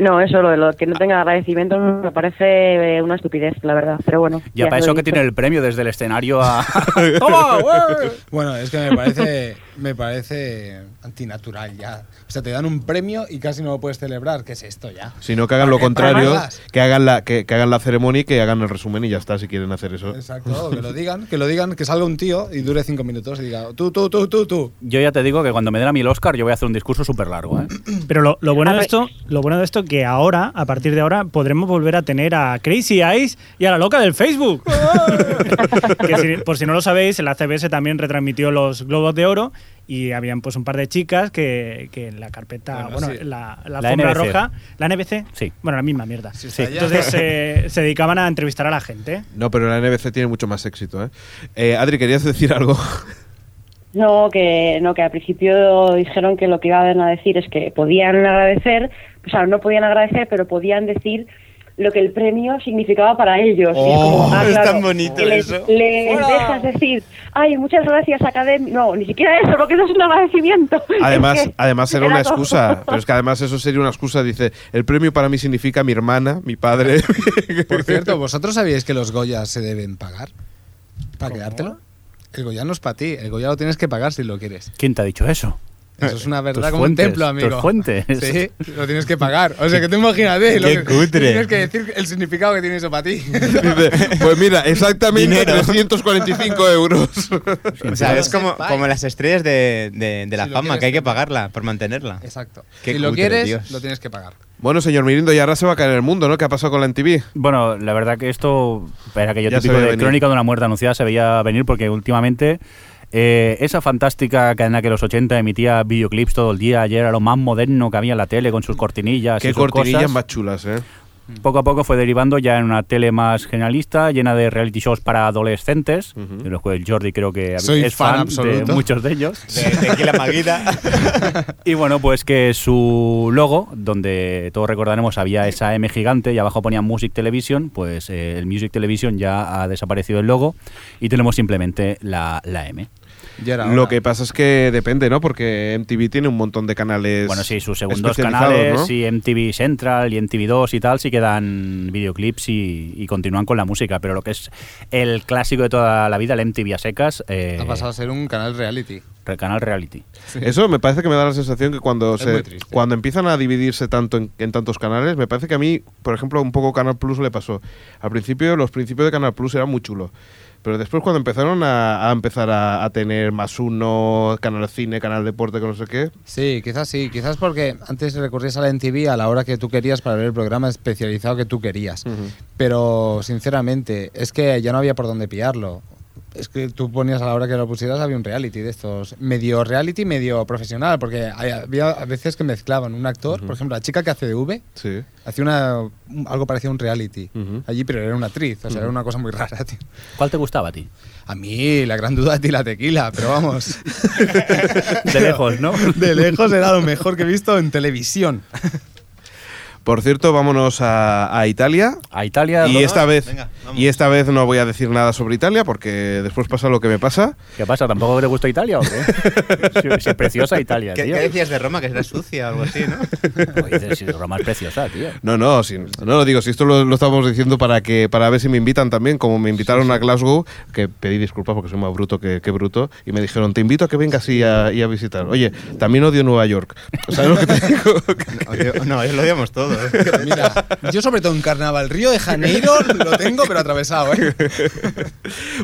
S4: No, eso, lo de lo que no tenga agradecimiento me parece eh, una estupidez, la verdad, pero bueno.
S3: Ya para
S4: se
S3: eso
S4: lo he
S3: que
S4: dicho.
S3: tiene el premio desde el escenario a... ¡Toma, güey!
S5: Ah, Bueno, es que me parece, me parece antinatural ya. O sea, te dan un premio y casi no lo puedes celebrar. ¿Qué es esto ya?
S2: Sino que hagan lo
S5: ¿Para qué
S2: contrario,
S5: pagas?
S2: que hagan, la, que, que hagan la ceremonia y que hagan el resumen y ya está, si quieren hacer eso.
S5: Exacto, que lo digan, que lo digan, que salga un tío y dure cinco minutos y diga tú, tú, tú, tú, tú.
S3: Yo ya te digo que cuando me den a mí el Oscar yo voy a hacer un discurso súper largo, ¿eh?
S7: Pero lo, lo bueno
S4: A
S7: de
S4: ver.
S7: esto, lo bueno de esto que ahora, a partir de ahora, podremos volver a tener a Crazy Eyes y a la loca del Facebook. Que si- por si no lo sabéis, la CBS también retransmitió los Globos de Oro y habían pues un par de chicas que, que en la carpeta,
S5: Bueno,
S7: bueno,
S5: sí.
S7: la, la
S3: La
S7: alfombra
S3: NBC.
S7: roja, la NBC,
S3: Sí.
S7: bueno, la misma mierda.
S5: Sí, está ya.
S7: Entonces eh, se dedicaban a entrevistar a la gente. ¿eh?
S2: No, pero la NBC tiene mucho más éxito, ¿eh? Eh, Adri, ¿querías decir algo?
S4: No, que no que al principio dijeron que lo que iban a decir es que podían agradecer, o sea, no podían agradecer, pero podían decir lo que el premio significaba para ellos. Y ah,
S6: Oh, es
S4: claro,
S6: tan bonito
S4: que les,
S6: eso.
S4: les dejas decir, ay, muchas gracias, Academia. No, ni siquiera eso, porque eso es un agradecimiento. Es
S2: Además,
S4: que
S2: además era
S4: era
S2: una
S4: todo.
S2: excusa, pero es que además eso sería una excusa. Dice, el premio para mí significa mi hermana, mi padre.
S5: Por cierto, ¿vosotros sabíais que los Goyas se deben pagar? ¿Para quedártelo? El Goya no es para ti, el Goya lo tienes que pagar si lo quieres.
S3: ¿Quién te ha dicho eso?
S5: Eso es una verdad
S3: Tus
S5: como
S3: fuentes,
S5: un templo, amigo.
S3: tus fuentes.
S5: Sí, lo tienes que pagar. O sea, que tú imagínate. lo
S6: Qué
S5: que-
S6: cutre.
S5: Tienes que decir el significado que tiene eso para ti.
S2: Dice, pues mira, exactamente
S6: Dinero.
S2: 345 euros.
S6: o sea, es
S5: Entonces,
S6: como,
S5: bye.
S6: como las estrellas de, de- de la
S5: Si lo
S6: fama,
S5: quieres
S6: que hay que
S5: tener.
S6: pagarla por mantenerla.
S5: Exacto.
S6: Qué
S5: si lo
S6: cutre,
S5: quieres,
S6: Dios.
S5: lo tienes que pagar.
S2: bueno, señor Mirindo, y ahora se va a caer el mundo, ¿no? ¿Qué ha pasado con la NTV?
S3: Bueno, la verdad que esto era aquello
S2: Ya se
S3: típico de
S2: veía venir.
S3: Crónica de una muerte anunciada, se veía venir porque últimamente eh, esa fantástica cadena que en los 80 emitía videoclips todo el día, ayer era lo más moderno que había en la tele con sus cortinillas.
S2: Qué
S3: y sus
S2: cortinillas
S3: cosas.
S2: más chulas, ¿eh?
S3: Poco a poco fue derivando ya en una tele más generalista, llena de reality shows para adolescentes, de los cuales Jordi creo que
S5: Soy
S3: es
S5: fan
S3: fan, de
S5: absoluto.
S3: muchos de ellos.
S6: De tequila paguita.
S3: Y bueno, pues que su logo, donde todos recordaremos había esa M gigante y abajo ponía Music Television, pues eh, el Music Television ya ha desaparecido el logo y tenemos simplemente la, la M.
S5: Ya era
S2: Lo
S5: hora.
S2: que pasa es que depende, ¿no? Porque MTV tiene un montón de canales.
S3: bueno, sí, sus segundos
S2: especializados,
S3: canales,
S2: ¿no?
S3: y MTV Central y MTV2 y tal, sí que dan videoclips y, y continúan con la música, pero lo que es el clásico de toda la vida, el MTV a secas, eh,
S5: Ha pasado a ser un canal reality.
S3: el canal reality.
S2: Eso me parece que me da la sensación que cuando
S6: Es
S2: se
S6: muy triste.
S2: cuando empiezan a dividirse tanto en, en tantos canales, me parece que a mí, por ejemplo, un poco Canal Plus le pasó. Al principio, los principios de Canal Plus eran muy chulos. Pero después cuando empezaron a, a empezar a, a tener más uno, canal cine, canal deporte, que no sé qué.
S5: Sí, quizás sí, quizás porque antes recurrías a la NTV a la hora que tú querías para ver el programa especializado que tú querías. Pero sinceramente, es que ya no había por dónde pillarlo. Es que tú ponías a la hora que lo pusieras, había un reality de estos, medio reality, medio profesional, porque hay- había a veces que mezclaban un actor, por ejemplo, la chica que hace de V,
S2: Sí.
S5: hacía una, un- algo parecido a un reality
S2: Ujú.
S5: allí, pero era una actriz, o sea, era una cosa muy rara, tío.
S3: ¿Cuál te gustaba a ti?
S5: A mí la gran duda es de la tequila, pero vamos.
S3: De lejos, ¿no?
S5: De lejos era lo mejor que he visto en televisión.
S2: Por cierto, vámonos a, a Italia.
S3: A Italia.
S2: Y
S3: Roma.
S2: esta vez
S6: Venga, vamos.
S2: y esta vez no voy a decir nada sobre Italia porque después pasa lo que me pasa.
S3: ¿Qué pasa? ¿Tampoco te gustó Italia o qué? Si- si es preciosa Italia,
S6: ¿Qué,
S3: tío.
S6: qué decías de Roma? Que era sucia o algo así, ¿no?
S3: Oye, dices, si Roma es preciosa, tío.
S2: No, no, si- no lo digo. Si esto lo, lo estábamos diciendo para que para ver si me invitan también, como me invitaron a Glasgow, que pedí disculpas porque soy más bruto que, que bruto, y me dijeron, te invito a que vengas y a, y a visitar. Oye, también odio Nueva York. ¿Sabes lo que te digo?
S6: No, yo- no, yo lo odiamos todo. ¿eh?
S5: Mira, yo sobre todo en carnaval, Río de Janeiro lo tengo, pero atravesado, ¿eh?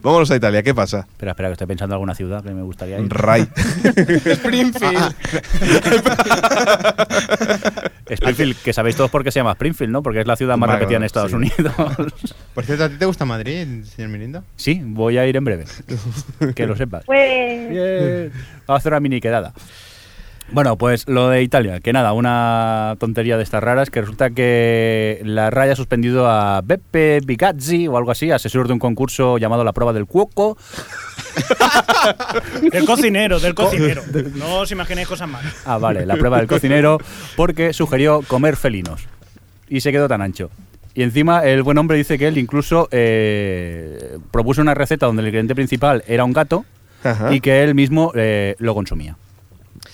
S2: Vámonos a Italia, ¿qué pasa?
S3: Espera, espera, que estoy pensando en alguna ciudad que me gustaría ir.
S2: Ray.
S5: Springfield.
S3: Springfield, que sabéis todos por qué se llama Springfield, ¿no? Porque es la ciudad más
S2: Vale,
S3: repetida en
S2: vale,
S3: Estados
S2: sí.
S3: Unidos.
S6: Por cierto, ¿a ti te gusta Madrid, señor Mirindo?
S3: sí, voy a ir en breve. Que lo sepas.
S4: Pues...
S3: Bien. Vamos a hacer una mini quedada. Bueno, pues lo de Italia, que nada, una tontería de estas raras, que resulta que la RAI ha suspendido a Beppe Bigazzi o algo así, asesor de un concurso llamado La Prueba del Cuoco,
S7: Del cocinero, del cocinero. No os imaginéis cosas más.
S3: Ah, vale, la prueba del cocinero, porque sugirió comer felinos. Y se quedó tan ancho. Y encima el buen hombre dice que él incluso eh, propuso una receta donde el ingrediente principal era un gato
S2: Ajá.
S3: y que él mismo eh, lo consumía.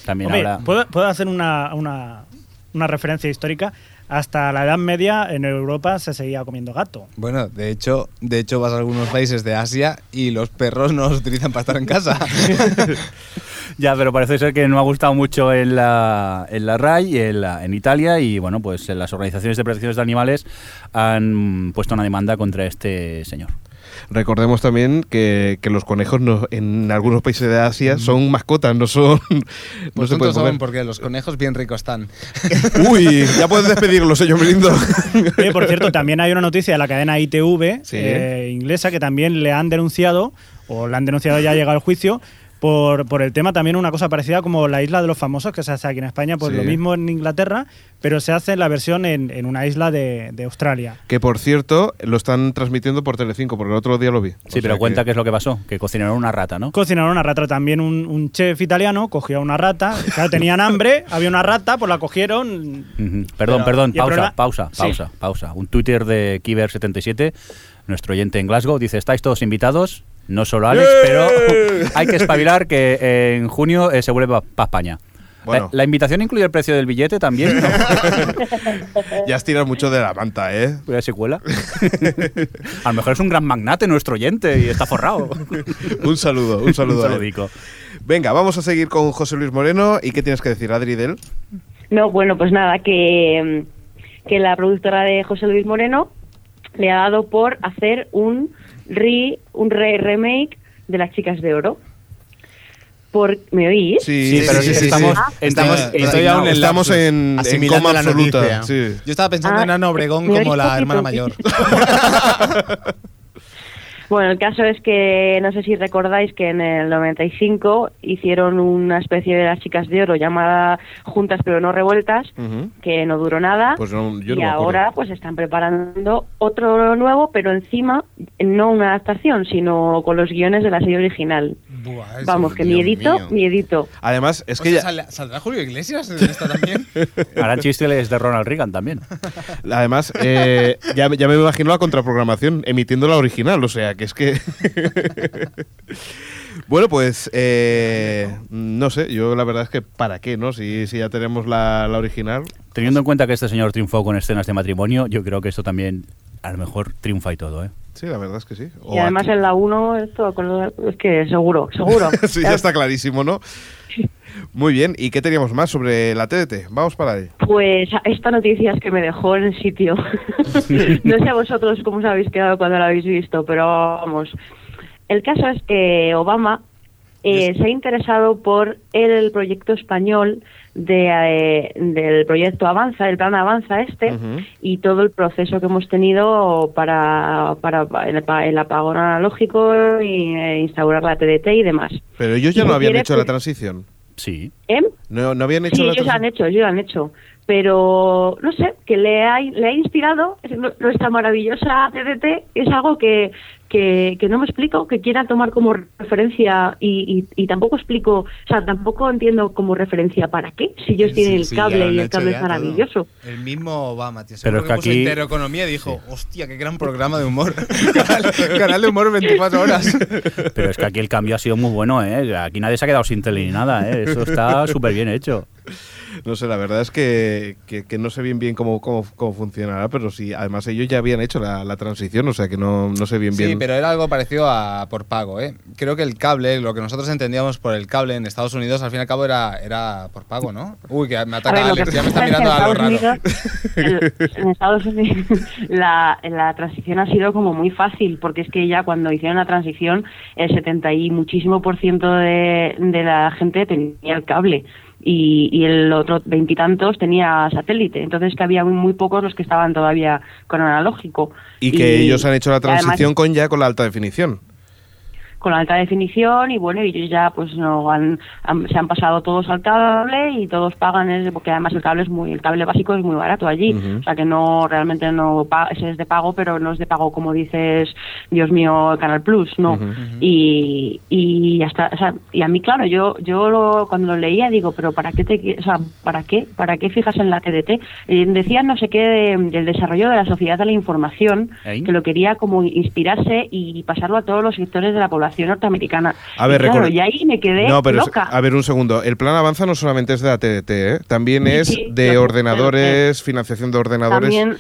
S3: También
S7: Hombre, pues-
S3: habla-
S7: ¿puedo, puedo hacer una, una- una referencia histórica? Hasta la Edad Media en Europa se seguía comiendo gato.
S5: Bueno, de hecho, de hecho vas a algunos países de Asia y los perros no los utilizan para estar en casa.
S3: Ya, pero parece ser que no ha gustado mucho en la, en la RAI, en, la- en Italia, y bueno, pues las organizaciones de protección de animales han puesto una demanda contra este señor.
S2: Recordemos también que, que los conejos no- en algunos países de Asia son mascotas, no son. No
S5: Mm. Pues
S2: se
S5: tontos
S2: pueden
S5: saben
S2: comer.
S5: por qué, los conejos bien ricos están.
S2: Uy, ya puedes despedirlo, señor Mirindo.
S7: Oye, por cierto, también hay una noticia de la cadena ITV
S2: Sí.
S7: eh, inglesa que también le han denunciado, o le han denunciado ya ha llegado al juicio, por, por el tema también una cosa parecida como la isla de los famosos que se hace aquí en España, pues
S2: Sí.
S7: lo mismo en Inglaterra, pero se hace la versión en, en una isla de, de Australia.
S2: que por cierto, lo están transmitiendo por Telecinco, porque el otro día lo vi.
S3: Sí, pero cuenta qué es lo que pasó, que cocinaron una rata, ¿no?
S7: Cocinaron una rata también, un, un chef italiano cogió una rata, claro, tenían hambre, había una rata, pues la cogieron,
S3: Ujú. Perdón,
S7: Pero-
S3: perdón,
S7: y el
S3: pausa,
S7: problema-
S3: pausa,
S7: Sí.
S3: pausa, pausa. Un Twitter de Kiber77, nuestro oyente en Glasgow, dice, estáis todos invitados, no solo Alex, pero hay que espabilar que eh, en junio eh, se vuelve para España. La-
S2: Bueno.
S3: La, invitación incluye el precio del billete también, ¿no?
S2: Ya has tirado mucho de la manta, ¿eh?
S3: Cuidado Pues si cuela. A lo mejor es un gran magnate nuestro oyente y está forrado.
S2: Un saludo, un saludo.
S3: Un
S2: a él.
S3: saludico.
S2: Venga, vamos a seguir con José Luis Moreno. ¿Y qué tienes que decir, Adri, de él?
S4: No, bueno, pues nada, que, mm, que la productora de José Luis Moreno le ha dado por hacer un re, un re- remake de Las Chicas de Oro. Por, ¿Me oís?
S2: Sí,
S6: pero sí, sí,
S3: estamos,
S6: sí.
S3: estamos
S6: Estoy-
S3: indignados.
S6: estoy aún en
S2: Estamos
S6: lapsus,
S2: en, en
S6: asimilando
S2: coma
S6: la
S2: absoluta.
S6: noticia.
S2: Sí.
S5: Yo estaba pensando
S4: Ah,
S5: en Ana Obregón
S4: me
S5: como
S4: oís
S5: la
S4: poquito,
S5: hermana
S4: sí.
S5: mayor.
S4: Bueno, el caso es que no sé si recordáis que en el 95 hicieron una especie de Las Chicas de Oro llamada Juntas pero no revueltas,
S2: Ujú.
S4: que no duró nada.
S2: Pues no, yo
S4: y
S2: no me acuerdo.
S4: ahora pues están preparando otro nuevo, pero encima no una adaptación, sino con los guiones de la serie original. Vamos, que miedito, miedito.
S2: Además, es
S5: O
S2: que
S5: sea,
S2: ya-
S5: ¿sal- ¿Saldrá Julio Iglesias en esta también?
S3: Harán chistes de Ronald Reagan también.
S2: además eh, ya, ya me imagino la contraprogramación emitiendo la original, o sea, que es que... bueno, pues eh, no sé, yo la verdad es que ¿para qué, no? Si, si ya tenemos la, la original.
S3: Teniendo en cuenta que este señor triunfó con escenas de matrimonio, yo creo que esto también a lo mejor triunfa y todo, ¿eh?
S2: Sí, la verdad es que sí. O
S4: y además
S2: a
S4: en la 1, esto, con lo- es que seguro, seguro.
S2: ti. sí, ya está clarísimo, ¿no? Muy bien, ¿y qué teníamos más sobre la TDT? Vamos para ahí.
S4: Pues esta noticia es que me dejó en el sitio. no sé a vosotros cómo os habéis quedado cuando la habéis visto, pero vamos. El caso es que Obama eh, se ha interesado por el proyecto español de, eh, del proyecto Avanza, el plan Avanza este,
S2: Ujú.
S4: y todo el proceso que hemos tenido para, para el, pa- el apagón analógico y eh, instaurar la TDT y demás.
S2: Pero ellos ya
S4: Si
S2: no habían
S4: quiere,
S2: hecho la
S4: pues-
S2: transición.
S3: Sí.
S4: ¿Eh?
S2: No, no habían hecho
S4: Sí,
S2: la
S4: ellos han
S2: transición.
S4: hecho, ellos han hecho. Pero no sé, que le ha, le ha inspirado nuestra maravillosa TDT. Es algo que, que, que no me explico, que quiera tomar como referencia y, y, y tampoco explico, o sea, tampoco entiendo como referencia para qué, si ellos tienen el
S6: sí, ya lo
S4: cable
S6: han
S4: y el
S6: hecho
S4: cable
S6: ya
S4: es
S6: todo.
S4: maravilloso.
S8: El mismo Obama, tío.
S3: Pero es
S8: Pero
S3: que
S8: que puso
S3: aquí-
S8: Intereconomía y dijo, hostia, qué gran programa de humor.
S6: canal, canal de humor 24 horas.
S3: Pero es que aquí el cambio ha sido muy bueno, ¿eh? Aquí nadie se ha quedado sin tele ni nada, ¿eh? Eso está súper bien hecho.
S2: No sé, la verdad es que, que- que no sé bien bien cómo, cómo, cómo funcionará, pero sí, además ellos ya habían hecho la, la transición, o sea que no, no sé bien
S8: Sí,
S2: bien.
S8: pero era algo parecido a por pago, ¿eh? Creo que el cable, lo que nosotros entendíamos por el cable en Estados Unidos, al fin y al cabo era, era por pago, ¿no? Uy, que me ataca
S4: lo que
S8: Alex, ya me
S4: pasa
S8: está
S4: es que
S8: mirando
S4: en
S8: a lo
S4: Estados
S8: raro.
S4: Unidos- en- en Estados Unidos la, la transición ha sido como muy fácil, porque es que ya cuando hicieron la transición, el 70 y muchísimo por ciento de, de la gente tenía el cable. Y, y el otro veintitantos tenía satélite, entonces que había muy, muy pocos los que estaban todavía con analógico.
S2: Y que ellos han hecho la
S4: y además-
S2: transición con ya con la alta definición.
S4: con la alta definición y bueno ellos ya pues no han, han- se han pasado todos al cable y todos pagan el- porque además el cable es muy el cable básico es muy barato allí
S2: Ujú.
S4: o sea que no realmente no pa- ese es de pago pero no es de pago como dices Dios mío Canal Plus no
S2: Ujú.
S4: y y hasta o sea, y a mí claro yo yo lo, cuando lo leía digo pero para qué te qui- o sea, para qué para qué fijas en la TDT Eh, decían no sé qué de- del desarrollo de la sociedad de la información
S3: ¿Eh?
S4: que lo quería como inspirarse y pasarlo a todos los sectores de la población norteamericana.
S2: A ver,
S4: y claro,
S2: recuerda-
S4: y ahí me quedé
S2: No, pero es-
S4: loca.
S2: a ver un segundo. El plan avanza no solamente es de la TDT, ¿eh? también
S4: Sí,
S2: es
S4: sí,
S2: de
S4: lo sé,
S2: ordenadores, financiación de ordenadores.
S4: también,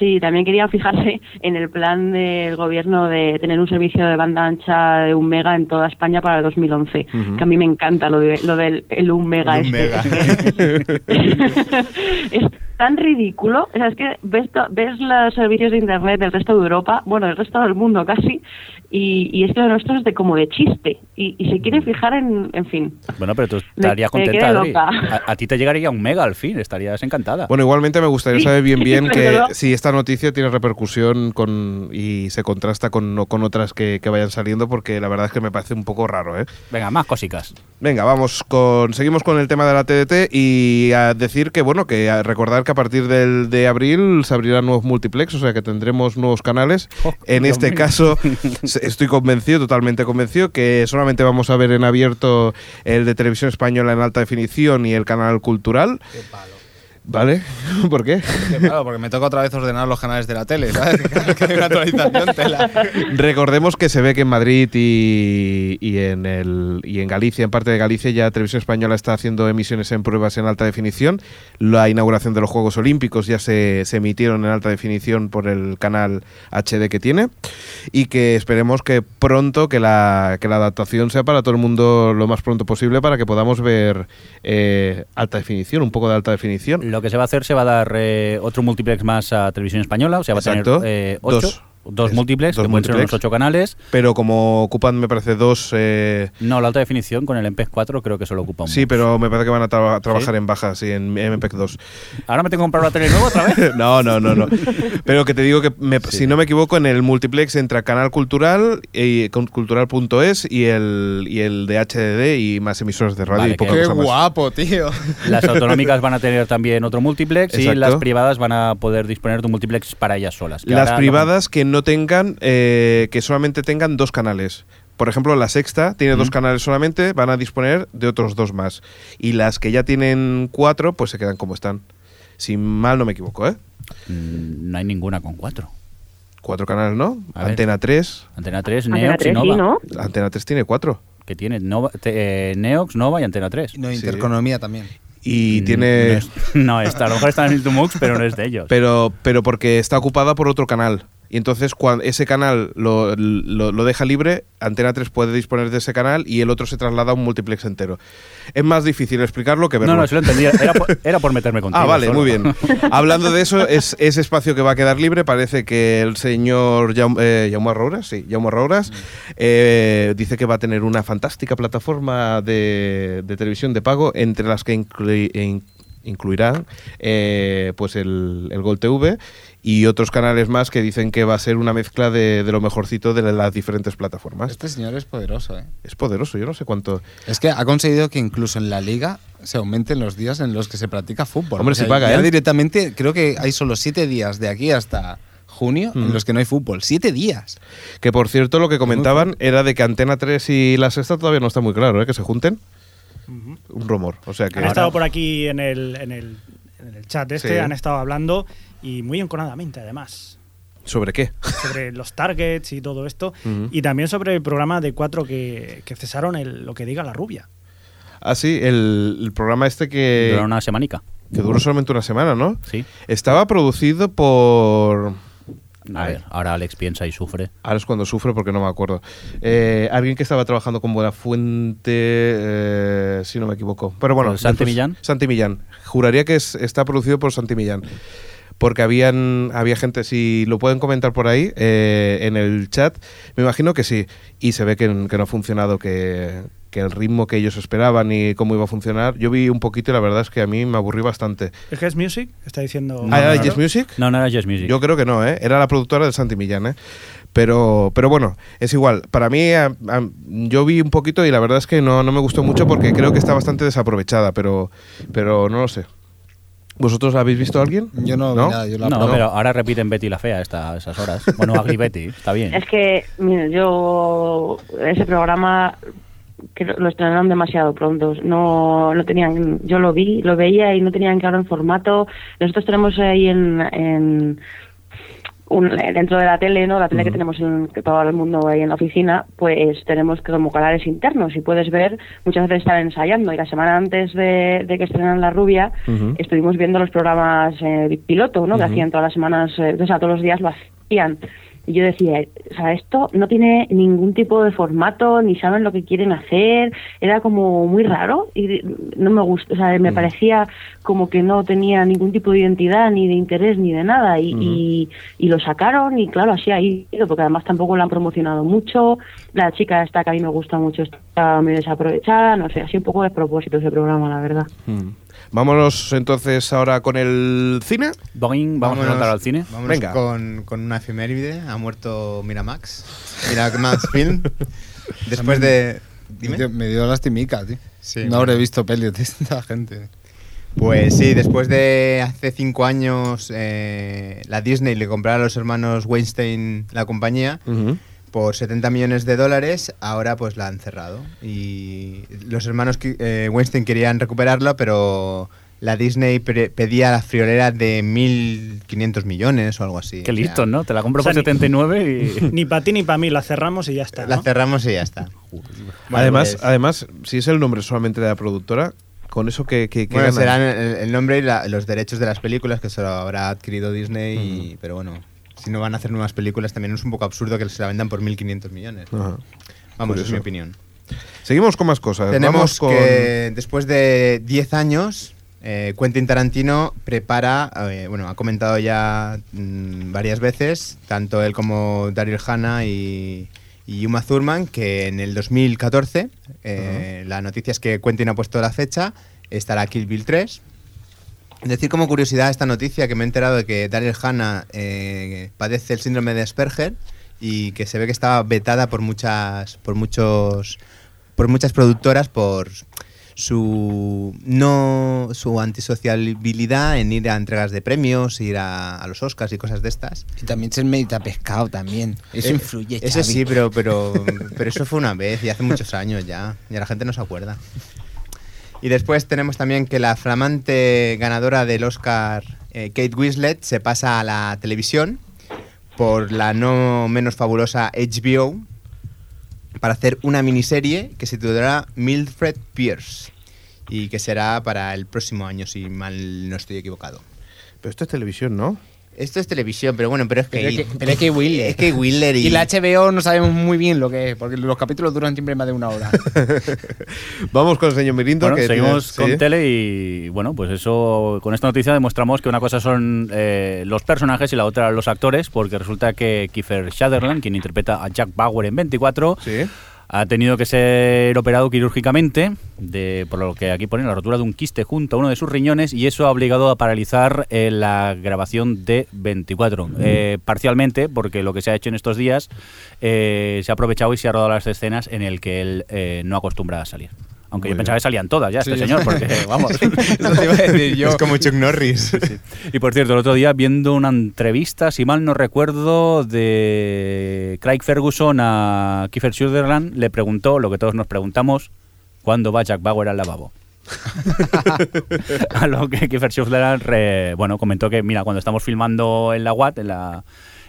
S4: sí, también quería fijarse en el plan del gobierno de tener un servicio de banda ancha de un mega en toda España para el 2011,
S2: Ujú.
S4: que a mí me encanta lo, de- lo del el un mega. este.
S6: El un
S4: es tan ridículo, o sea, es que ves, to- ves los servicios de Internet del resto de Europa, bueno, del resto del mundo casi, y, y es que lo nuestro es de como de chiste, y, y se quiere fijar en, en fin.
S3: Bueno, pero tú
S4: Me-
S3: estarías
S4: me quedé
S3: contenta, Adri.
S4: loca.
S3: A, a ti te llegaría un mega al fin, estarías encantada.
S2: Bueno, igualmente me gustaría
S4: Sí,
S2: saber bien bien
S4: pero
S2: que
S4: no.
S2: si esta noticia tiene repercusión con y se contrasta con, no- con otras que, que vayan saliendo, porque la verdad es que me parece un poco raro, ¿eh?
S3: Venga, más cositas.
S2: Venga, vamos con seguimos con el tema de la TDT y a decir que bueno, que a recordar que a partir del de abril se abrirán nuevos multiplex, o sea que tendremos nuevos canales.
S3: Oh,
S2: en
S3: Dios
S2: este
S3: mío.
S2: caso se- estoy convencido, totalmente convencido que solamente vamos a ver en abierto el de televisión española en alta definición y el canal cultural. ¿Vale? ¿Por qué?
S8: Qué malo, porque me toca otra vez ordenar los canales de la tele, ¿sabes? Que cada vez que hay una actualización, tela.
S2: Recordemos que se ve que en Madrid y, y en el, y en Galicia, en parte de Galicia, ya Televisión Española está haciendo emisiones en pruebas en alta definición. La inauguración de los Juegos Olímpicos ya se, se emitieron en alta definición por el canal HD que tiene. Y que esperemos que pronto, que la, que la adaptación sea para todo el mundo lo más pronto posible para que podamos ver eh, alta definición, un poco de alta definición.
S3: Lo que se va a hacer, se va a dar eh, otro multiplex más a Televisión Española, o sea, va a
S2: Exacto.
S3: tener eh, ocho,
S2: Dos.
S3: dos,
S2: Es-
S3: múltiplex,
S2: dos
S3: que pueden ser unos
S2: múltiplex.
S3: ocho canales.
S2: Pero como ocupan, me parece, dos... eh,
S3: No, la alta definición con el MPEG 4 creo que solo ocupa un.
S2: Sí, pero me parece que van a traba- trabajar en baja, sí, en MPEG 2.
S3: Ahora me tengo que comprar una tele nueva otra vez.
S2: No, no, no, no. Pero que te digo que, me- si no me equivoco, en el multiplex entra Canal Cultural, eh, con cultural.es y el, y el de HDD y más emisoras de radio
S3: Vale,
S2: y poca
S8: Qué
S2: cosa más.
S8: guapo, tío.
S3: Las autonómicas van a tener también otro multiplex y
S2: Exacto.
S3: las privadas van a poder disponer de un multiplex para ellas solas. que
S2: Las
S3: ahora-
S2: privadas que no tengan, eh, que solamente tengan dos canales. Por ejemplo, la sexta tiene dos canales solamente, van a disponer de otros dos más. Y las que ya tienen cuatro, pues se quedan como están. Si mal no me equivoco, ¿eh?
S3: Mm, No hay ninguna con cuatro.
S2: Cuatro canales, ¿no?
S3: A ver.
S2: Antena 3.
S3: Antena 3,
S4: Antena
S3: Neox y
S4: 3, sí,
S3: Nova.
S4: ¿no?
S2: Antena 3 tiene cuatro.
S3: Que tiene Nova- te- eh, Neox, Nova y Antena 3.
S8: No,
S2: Sí.
S8: Intereconomía también.
S2: Y
S3: Mm,
S2: tiene.
S3: No, es- no, está, a lo mejor está en el Tumux, pero no es de ellos.
S2: Pero, pero porque está ocupada por otro canal. Y entonces cuando ese canal lo, lo- lo deja libre, Antena 3 puede disponer de ese canal y el otro se traslada a un multiplex entero. Es más difícil explicarlo que verlo.
S3: No, no, se lo entendía. Era por, era por meterme contigo.
S2: Ah, vale,
S3: solo.
S2: muy bien. Hablando de eso, es ese espacio que va a quedar libre. Parece que el señor Jaume eh, Jaume Arrouras, sí, Jaume Arrouras, eh, dice que va a tener una fantástica plataforma de, de televisión de pago, entre las que inclui- in- incluirá eh, pues el, el Gol TV y otros canales más que dicen que va a ser una mezcla de, de lo mejorcito de las diferentes plataformas.
S8: Este señor es poderoso, ¿eh?
S2: Es poderoso, yo no sé cuánto.
S8: Es que ha conseguido que incluso en la liga se aumenten los días en los que se practica fútbol.
S2: Hombre, si paga,
S8: ya
S2: ¿eh?
S8: directamente, creo que hay solo siete días de aquí hasta junio
S2: Mm.
S8: en los que no hay fútbol. ¡Siete días!
S2: Que por cierto, lo que comentaban era de que Antena 3 y la sexta todavía no está muy claro, ¿eh? que se junten. Un rumor. O sea que.
S7: Han estado por aquí en el, en el, en el chat este,
S2: Sí.
S7: han estado hablando y muy enconadamente además.
S2: ¿Sobre qué?
S7: sobre los targets y todo esto,
S2: Ujú.
S7: y también sobre el programa de cuatro que, que cesaron el, lo que diga la rubia.
S2: Ah, sí, el, el programa este que,
S3: Duró una semanica.
S2: que duró solamente una semana, ¿no?
S3: Sí.
S2: Estaba producido por.
S3: A ver, ahora Alex piensa y sufre.
S2: Ahora es cuando sufro porque no me acuerdo. Eh, alguien que estaba trabajando con Buenafuente, eh, si no me equivoco. Pero bueno,
S3: ¿Por Santi
S2: después-
S3: Millán?
S2: Santi Millán. Juraría que es- está producido por Santi Millán. Porque habían, había gente, si lo pueden comentar por ahí, eh, en el chat, me imagino que sí. Y se ve que, n- que no ha funcionado, que, que el ritmo que ellos esperaban y cómo iba a funcionar. Yo vi un poquito y la verdad es que a mí me aburrí bastante.
S7: ¿El Heads Music? Está diciendo...
S2: Ah, ¿era
S7: Claro.
S2: Yes Music?
S3: No, no era Jazz Music.
S2: Yo creo que no, ¿eh? Era la productora de Santi Millán, ¿eh? Pero, pero bueno, es igual. Para mí, a- a- yo vi un poquito y la verdad es que no, no me gustó mucho porque creo que está bastante desaprovechada, pero, pero no lo sé. ¿Vosotros habéis visto a alguien?
S8: Yo no, vi nada, yo la
S3: no,
S8: probé.
S3: pero ahora repiten Betty la Fea esta- esas horas. Bueno, Agri Betty, está bien.
S4: Es que, mira, yo ese programa que lo lo estrenaron demasiado pronto. No, no tenían, yo lo vi, lo veía y no tenían claro el formato. Nosotros tenemos ahí en, en un- dentro de la tele, ¿no? La tele que tenemos en que todo el mundo ahí en la oficina, pues tenemos como canales internos y puedes ver muchas veces están ensayando y la semana antes de, de que estrenan La Rubia
S2: Ujú.
S4: estuvimos viendo los programas eh, piloto, ¿no? Que hacían todas las semanas, eh, o sea, todos los días lo hacían. Y yo decía, o sea, esto no tiene ningún tipo de formato, ni saben lo que quieren hacer, era como muy raro y no me gusta, o sea,
S2: Mm.
S4: me parecía como que no tenía ningún tipo de identidad, ni de interés, ni de nada. Y,
S2: Mm.
S4: y, y lo sacaron y claro, así ha ido, porque además tampoco lo han promocionado mucho. La chica esta que a mí me gusta mucho está muy desaprovechada, no sé, así un poco despropósito ese programa, la verdad.
S2: Mm. Vámonos entonces ahora con el cine.
S3: Boing, vamos a saltar al cine.
S6: Vamos
S2: Venga.
S6: Con, con una efeméride. Ha muerto Miramax. Miramax Film.
S8: Pues
S6: Después de.
S8: Me
S6: Dime.
S8: dio- Me dio lastimica, tío.
S6: Sí,
S8: no
S6: bueno.
S8: habré visto pelis de esta gente.
S6: Pues sí, después de hace cinco años eh, la Disney le comprara a los hermanos Weinstein la compañía por 70 millones de dólares, ahora pues la han cerrado. Y los hermanos qui- eh, Weinstein querían recuperarla, pero la Disney pre- pedía la friolera de 1.500 millones o algo así.
S3: Qué
S6: O sea,
S3: listos, ¿no? Te la compro
S7: O sea,
S3: por
S7: ni-
S3: 79 y...
S7: Ni para ti ni para mí, la cerramos y ya está.
S6: La
S7: ¿no?
S6: cerramos y ya está.
S2: además,
S6: pues-
S2: además, si es el nombre solamente de la productora, con eso que, que, que
S6: Bueno,
S2: ganan.
S6: serán el, el nombre y la- los derechos de las películas que solo habrá adquirido Disney, y- pero bueno, si no van a hacer nuevas películas también es un poco absurdo que se la vendan por 1.500 millones.
S2: Ajá.
S6: Vamos, esa es
S2: Ah, curioso.
S6: mi opinión.
S2: Seguimos con más cosas. Vamos
S6: Tenemos
S2: con...
S6: que después de 10 años, eh, Quentin Tarantino prepara, eh, bueno, ha comentado ya mm, varias veces, tanto él como Daryl Hannah y, y Uma Thurman, que en el 2014, eh, la noticia es que Quentin ha puesto la fecha, estará Kill Bill 3. Decir como curiosidad esta noticia que me he enterado de que Daryl Hannah eh, padece el síndrome de Asperger y que se ve que estaba vetada por muchas por muchos por muchas productoras por su no su antisociabilidad en ir a entregas de premios, ir a, a los Oscars y cosas de estas.
S5: Y también se medita pescado también. Eso
S6: Eh,
S5: influye,
S6: Eso
S5: Xavi.
S6: sí, pero, pero, pero eso fue una vez y hace muchos años ya. Y la gente no se acuerda. Y después tenemos también que la flamante ganadora del Oscar, eh, Kate Winslet, se pasa a la televisión por la no menos fabulosa HBO para hacer una miniserie que se titulará Mildred Pierce y que será para el próximo año, si mal no estoy equivocado.
S2: Pero esto es televisión, ¿no?
S6: Esto es televisión, pero bueno, pero es que.
S5: Pero es que- pero es que Wheeler.
S6: Es que Wheeler y.
S5: Y la HBO no sabemos muy bien lo que es, porque los capítulos duran siempre más de una hora.
S2: Vamos con el señor Mirindo.
S3: Bueno,
S2: que
S3: seguimos
S2: tiene-
S3: con
S2: sí.
S3: tele y bueno, pues eso, con esta noticia demostramos que una cosa son eh, los personajes y la otra los actores, porque resulta que Kiefer Sutherland, quien interpreta a Jack Bauer en 24,
S2: Sí.
S3: ha tenido que ser operado quirúrgicamente, de, por lo que aquí pone la rotura de un quiste junto a uno de sus riñones, y eso ha obligado a paralizar eh, la grabación de 24. eh, parcialmente, porque lo que se ha hecho en estos días eh, se ha aprovechado y se ha rodado las escenas en el que él eh, no acostumbra a salir. Aunque yo pensaba que salían todas ya, este señor, porque vamos.
S6: Eso te iba a decir yo. Es como Chuck Norris.
S3: Y por cierto, el otro día viendo una entrevista, si mal no recuerdo, de Craig Ferguson a Kiefer Sutherland, le preguntó lo que todos nos preguntamos, ¿cuándo va Jack Bauer al lavabo? a lo que Kiefer Sutherland re- bueno, comentó que, mira, cuando estamos filmando en la UAT, en la...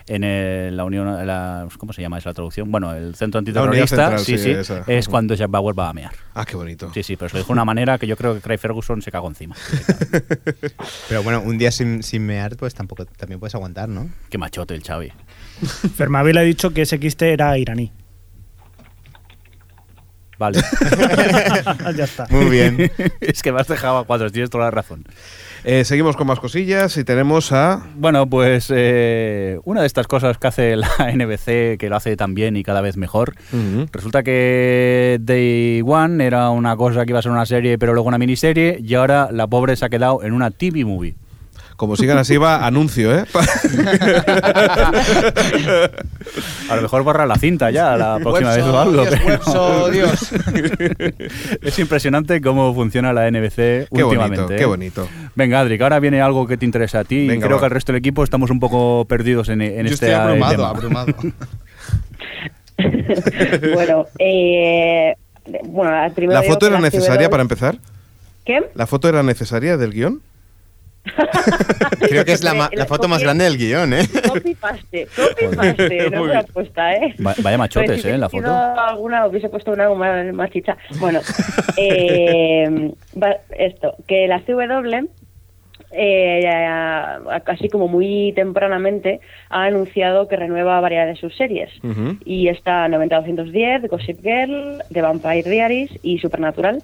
S3: En el- la Unión, en la- ¿cómo se llama esa traducción? Bueno, el Centro Antiterrorista,
S2: Central,
S3: sí,
S2: sí,
S3: sí,
S2: esa.
S3: es cuando Jack Bauer va a mear.
S2: Ah, qué bonito.
S3: Sí, sí, pero se lo dijo de una manera que yo creo que Craig Ferguson se cagó encima.
S6: Pero bueno, un día sin, sin mear, pues tampoco también puedes aguantar, ¿no?
S3: Qué machote el Xavi.
S7: Fermabil ha dicho que ese quiste era iraní.
S3: Vale.
S7: ya está.
S6: Muy bien.
S3: es que me has dejado a cuatro, tienes toda la razón.
S2: Eh, seguimos con más cosillas y tenemos a.
S3: Bueno, pues eh, una de estas cosas que hace la NBC, que lo hace tan bien y cada vez mejor, resulta que Day One era una cosa que iba a ser una serie, pero luego una miniserie, y ahora la pobre se ha quedado en una TV movie.
S2: Como sigan así, va anuncio, ¿eh?
S3: A lo mejor borra la cinta ya la próxima vez o algo.
S8: Dios,
S3: pero-
S8: Webso, Dios.
S3: es impresionante cómo funciona la NBC
S2: qué
S3: últimamente.
S2: bonito,
S3: ¿eh?
S2: qué bonito.
S3: Venga, Adri, que ahora viene algo que te interesa a ti. y
S2: Venga,
S3: creo
S2: va.
S3: que el resto del equipo estamos un poco perdidos en, en
S8: Yo
S3: este
S8: estoy abrumado,
S3: tema.
S8: abrumado.
S4: bueno, eh, bueno, la, primera
S2: ¿La foto era necesaria para em-
S4: empezar.
S2: empezar?
S4: ¿Qué?
S2: ¿La foto era necesaria del guión?
S6: Creo que es la, ma-
S4: El-
S6: la foto más
S4: copia-
S6: grande del guión, ¿eh?
S4: Copy paste, copy paste, no me la apuesta, ¿eh?
S3: Va- Vaya
S4: Pero
S3: machotes,
S4: si
S3: ¿eh? En la
S4: hubiese
S3: foto.
S4: sido alguna hubiese puesto una más, más chicha. Bueno, eh, va- esto, que las CW, eh, a- así como muy tempranamente, ha anunciado que renueva varias de sus series.
S2: Ujú.
S4: Y está 90210, The Gossip Girl, The Vampire Diaries y Supernatural.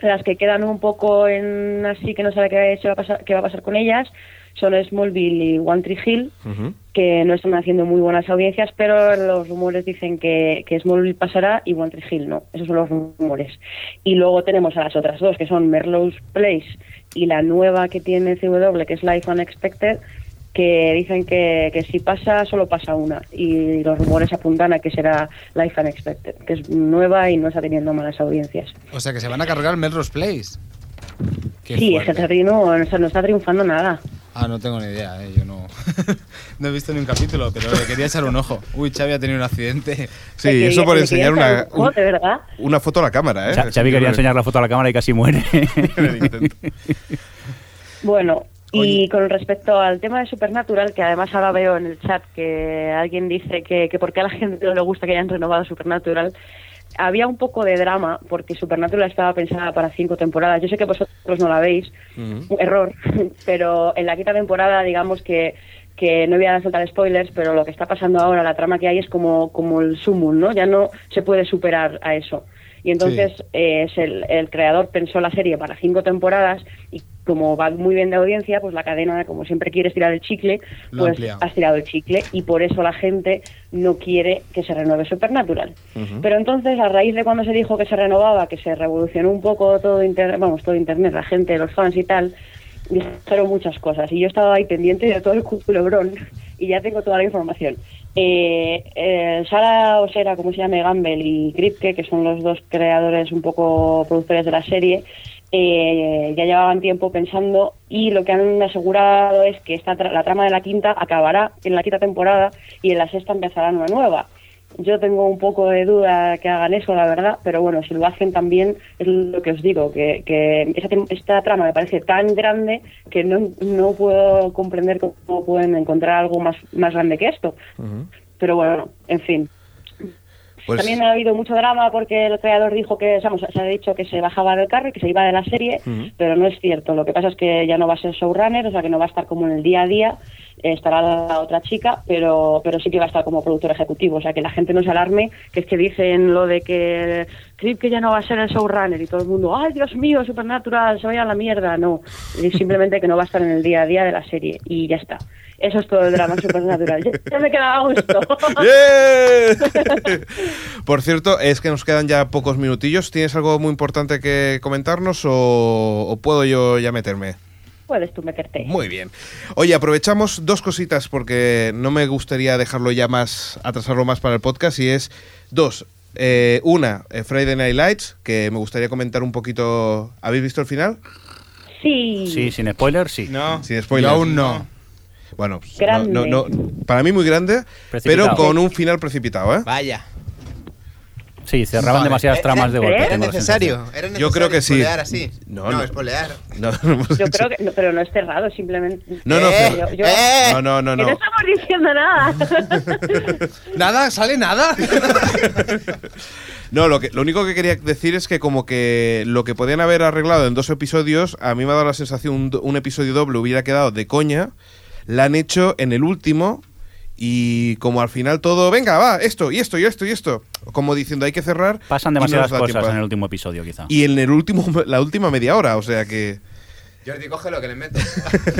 S4: Las que quedan un poco en así que no sabe qué, se va a pasar, qué va a pasar con ellas son Smallville y One Tree Hill
S2: Ujú.
S4: que no están haciendo muy buenas audiencias, pero los rumores dicen que, que Smallville pasará y One Tree Hill no. Esos son los rumores. Y luego tenemos a las otras dos, que son Merlow's Place y la nueva que tiene CW, que es Life Unexpected, que dicen que, que si pasa, solo pasa una. Y los rumores apuntan a que será Life Unexpected, que es nueva y no está teniendo malas audiencias.
S8: O sea, que se van a cargar Melrose Place. Qué
S4: sí,
S8: fuerte.
S4: esta serie no, no está- no está triunfando nada.
S8: Ah, no tengo ni idea, ¿eh? yo no. no he visto ni un capítulo, pero le quería echar un ojo. Uy, Xavi ha tenido un accidente.
S2: Sí,
S4: Le
S2: eso
S4: quería-
S2: por
S4: le
S2: enseñar
S4: quería
S2: una,
S4: echar un ojo, de verdad.
S2: un- una foto a la cámara, ¿eh?
S3: Cha- Xavi quería enseñar la foto a la cámara y casi muere.
S4: Bueno, y con respecto al tema de Supernatural, que además ahora veo en el chat que alguien dice que, que por qué a la gente no le gusta que hayan renovado Supernatural, había un poco de drama porque Supernatural estaba pensada para cinco temporadas. Yo sé que vosotros no la veis, error, pero en la quinta temporada digamos que que no voy a soltar spoilers, pero lo que está pasando ahora, la trama que hay es como, como el sumum, ¿no? Ya no se puede superar a eso. Y entonces eh, es el, el creador pensó la serie para cinco temporadas y como va muy bien de audiencia, pues la cadena, como siempre quiere estirar el chicle,
S8: Lo ha
S4: pues
S8: ampliado.
S4: ha estirado el chicle y por eso la gente no quiere que se renueve Supernatural. Pero entonces, a raíz de cuando se dijo que se renovaba, que se revolucionó un poco todo, inter vamos, todo Internet, la gente, los fans y tal, dijeron muchas cosas y yo estaba ahí pendiente de todo el culebrón y ya tengo toda la información. Eh, eh, Sara Osera, como se llama Gamble y Kripke, que son los dos creadores un poco productores de la serie, eh, ya llevaban tiempo pensando y lo que han asegurado es que esta tra- la trama de la quinta acabará en la quinta temporada y en la sexta empezarán una nueva. Yo tengo un poco de duda que hagan eso, la verdad, pero bueno, si lo hacen también es lo que os digo, que, que esa tem- esta trama me parece tan grande que no, no puedo comprender cómo pueden encontrar algo más, más grande que esto. Pero bueno, en fin.
S2: Pues-
S4: También ha habido mucho drama porque el creador dijo que, vamos, se ha dicho que se bajaba del carro y que se iba de la serie, pero no es cierto. Lo que pasa es que ya no va a ser showrunner, o sea que no va a estar como en el día a día, eh, estará la otra chica, pero, pero sí que va a estar como productor ejecutivo. O sea que la gente no se alarme, que es que dicen lo de que Clip que ya no va a ser el showrunner y todo el mundo, ay Dios mío, Supernatural, se vaya a la mierda. No, es simplemente que no va a estar en el día a día de la serie y ya está. Eso es todo el drama Supernatural. Ya, ya me quedaba a gusto.
S2: ¡Bien! Por cierto, es que nos quedan ya pocos minutillos. ¿Tienes algo muy importante que comentarnos o, o puedo yo ya meterme?
S4: Puedes tú meterte.
S2: Muy bien. Oye, aprovechamos dos cositas porque no me gustaría dejarlo ya más, atrasarlo más para el podcast y es dos. Eh, una, eh, Friday Night Lights, que me gustaría comentar un poquito. ¿Habéis visto el final?
S4: Sí.
S3: Sí, sin spoiler, sí.
S6: No.
S2: Sin spoilers.
S8: Yo aún no.
S2: Bueno, pues,
S4: Grande.
S2: no- no- no- para mí muy grande, pero
S3: Precipitado.
S2: con un final precipitado. ¿eh?
S6: Vaya.
S3: Sí, cerraban
S6: Vale.
S3: demasiadas
S6: Eh,
S3: tramas de
S4: ¿eh?
S3: golpe.
S4: ¿Era
S6: ¿Era
S3: tengo la
S6: necesario?
S3: sensación.
S6: ¿Era necesario
S2: Yo creo que sí.
S6: espolear así?
S2: No,
S6: No,
S2: no.
S6: espolear.
S2: No, no hemos
S4: Yo
S2: hecho-
S4: creo que, no, pero no es cerrado, simplemente.
S2: No, no,
S6: Eh,
S2: pero-
S4: yo-
S6: eh.
S2: no, no, no,
S4: Que no
S2: no.
S4: estamos diciendo nada.
S8: ¿Nada? ¿Sale nada?
S2: No, lo, que, lo único que quería decir es que como que lo que podían haber arreglado en dos episodios, a mí me ha dado la sensación un, do- un episodio doble hubiera quedado de coña, la han hecho en el último y como al final todo, venga, va, esto y esto y esto y esto, como diciendo hay que cerrar. y
S3: Pasan
S2: no nos
S3: demasiadas
S2: da
S3: cosas
S2: tiempo a-
S3: en el último episodio, quizá.
S2: Y en el último, la última media hora, o sea que...
S6: Jordi, cógelo, que le meto.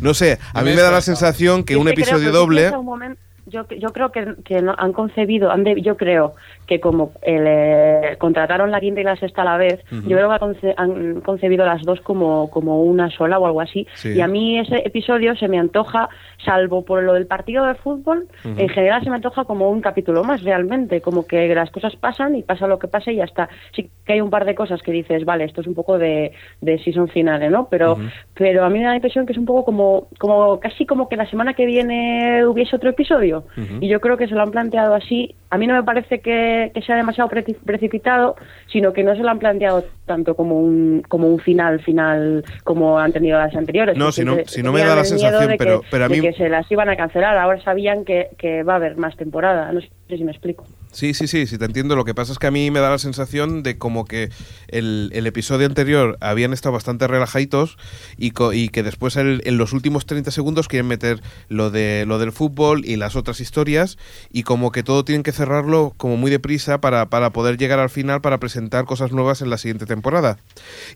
S2: No sé, a
S8: Yo
S2: mí
S8: me
S2: me da
S8: he
S2: la
S8: despertado.
S2: sensación que
S4: Es
S2: un
S4: creo
S2: episodio
S4: sí
S2: doble...
S4: piensa un momen- Yo, yo creo que, que no- han concebido, han de- yo creo que como el, eh, contrataron la quinta y la sexta a la vez, yo creo que ha conce- han concebido las dos como, como una sola o algo así.
S2: Sí.
S4: Y a mí ese episodio se me antoja, salvo por lo del partido de fútbol, en general se me antoja como un capítulo más realmente, como que las cosas pasan y pasa lo que pase y ya está. Sí que hay un par de cosas que dices, vale, esto es un poco de, de season finale, ¿no? Pero, pero a mí me da la impresión que es un poco como, como casi como que la semana que viene hubiese otro episodio. Y yo creo que se lo han planteado así. A mí no me parece que, que sea demasiado preci- precipitado, sino que no se lo han planteado tanto como un, como un final, final, como han tenido las anteriores.
S2: No,
S4: que
S2: si no-
S4: siempre
S2: si no me da la
S4: tenían el miedo
S2: sensación,
S4: de que-
S2: pero- pero a
S4: de
S2: mí-
S4: que se las iban a cancelar. Ahora sabían que, que va a haber más temporada. No sé si me explico.
S2: Sí, sí, sí, sí, te entiendo. Lo que pasa es que a mí me da la sensación de como que el, el episodio anterior habían estado bastante relajaditos y, co- y que después el- en los últimos 30 segundos quieren meter lo, de, lo del fútbol y las otras historias y como que todo tienen que cerrarlo como muy deprisa para, para poder llegar al final para presentar cosas nuevas en la siguiente temporada.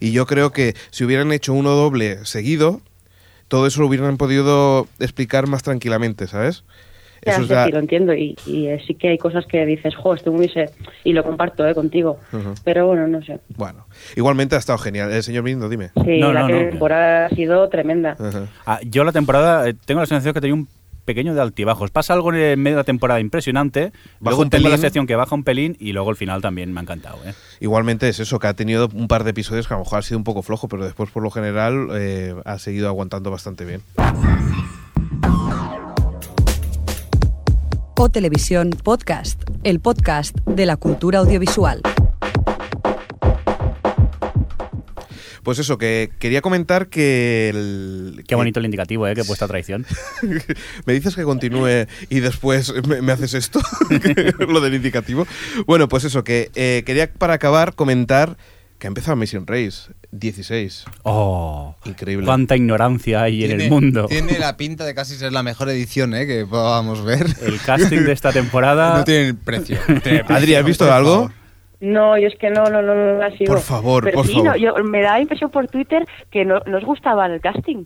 S2: Y yo creo que si hubieran hecho uno doble seguido, todo eso lo hubieran podido explicar más tranquilamente, ¿sabes?
S4: Ya,
S2: Eso es
S4: sí,
S2: la-
S4: sí, lo entiendo y, y, eh, sí que hay cosas que dices, jo, esto me hubiese... Y lo comparto eh, contigo.
S2: Ujú.
S4: Pero bueno, no sé.
S2: Bueno, igualmente ha estado genial. El señor Brindo, dime.
S4: Sí,
S3: No,
S4: la
S3: no, no.
S4: temporada ha sido tremenda.
S2: Ajá.
S3: Ah, yo la temporada, eh, tengo la sensación que tenía un pequeño de altibajos. Pasa algo en el medio de la temporada impresionante,
S2: un
S3: luego tengo la
S2: pelín.
S3: sección que baja un pelín y luego el final también me ha encantado. ¿eh?
S2: Igualmente es eso, que ha tenido un par de episodios que a lo mejor ha sido un poco flojo, pero después por lo general eh, ha seguido aguantando bastante bien.
S1: O Televisión Podcast, el podcast de la cultura audiovisual.
S2: Pues eso, que quería comentar que... el-
S3: Qué bonito el indicativo, ¿eh? que he puesto a traición.
S2: me dices que continúe y después me, me haces esto, lo del indicativo. Bueno, pues eso, que eh, quería para acabar comentar que ha empezado Mission Race 16.
S3: Oh,
S2: Increíble.
S3: cuánta ignorancia hay en el
S8: Tiene-
S3: mundo.
S8: Tiene la pinta de casi ser la mejor edición ¿eh? que podamos ver.
S3: El casting de esta temporada.
S8: No tiene precio. Tiene precio,
S2: Adri, ¿has visto
S8: por
S2: algo?
S8: favor.
S4: No, yo es que no, no, no, no la sigo.
S2: Por favor,
S4: Pero
S2: por
S4: sí,
S2: favor.
S4: no, yo- me da la impresión por Twitter que no, no os gustaba el casting.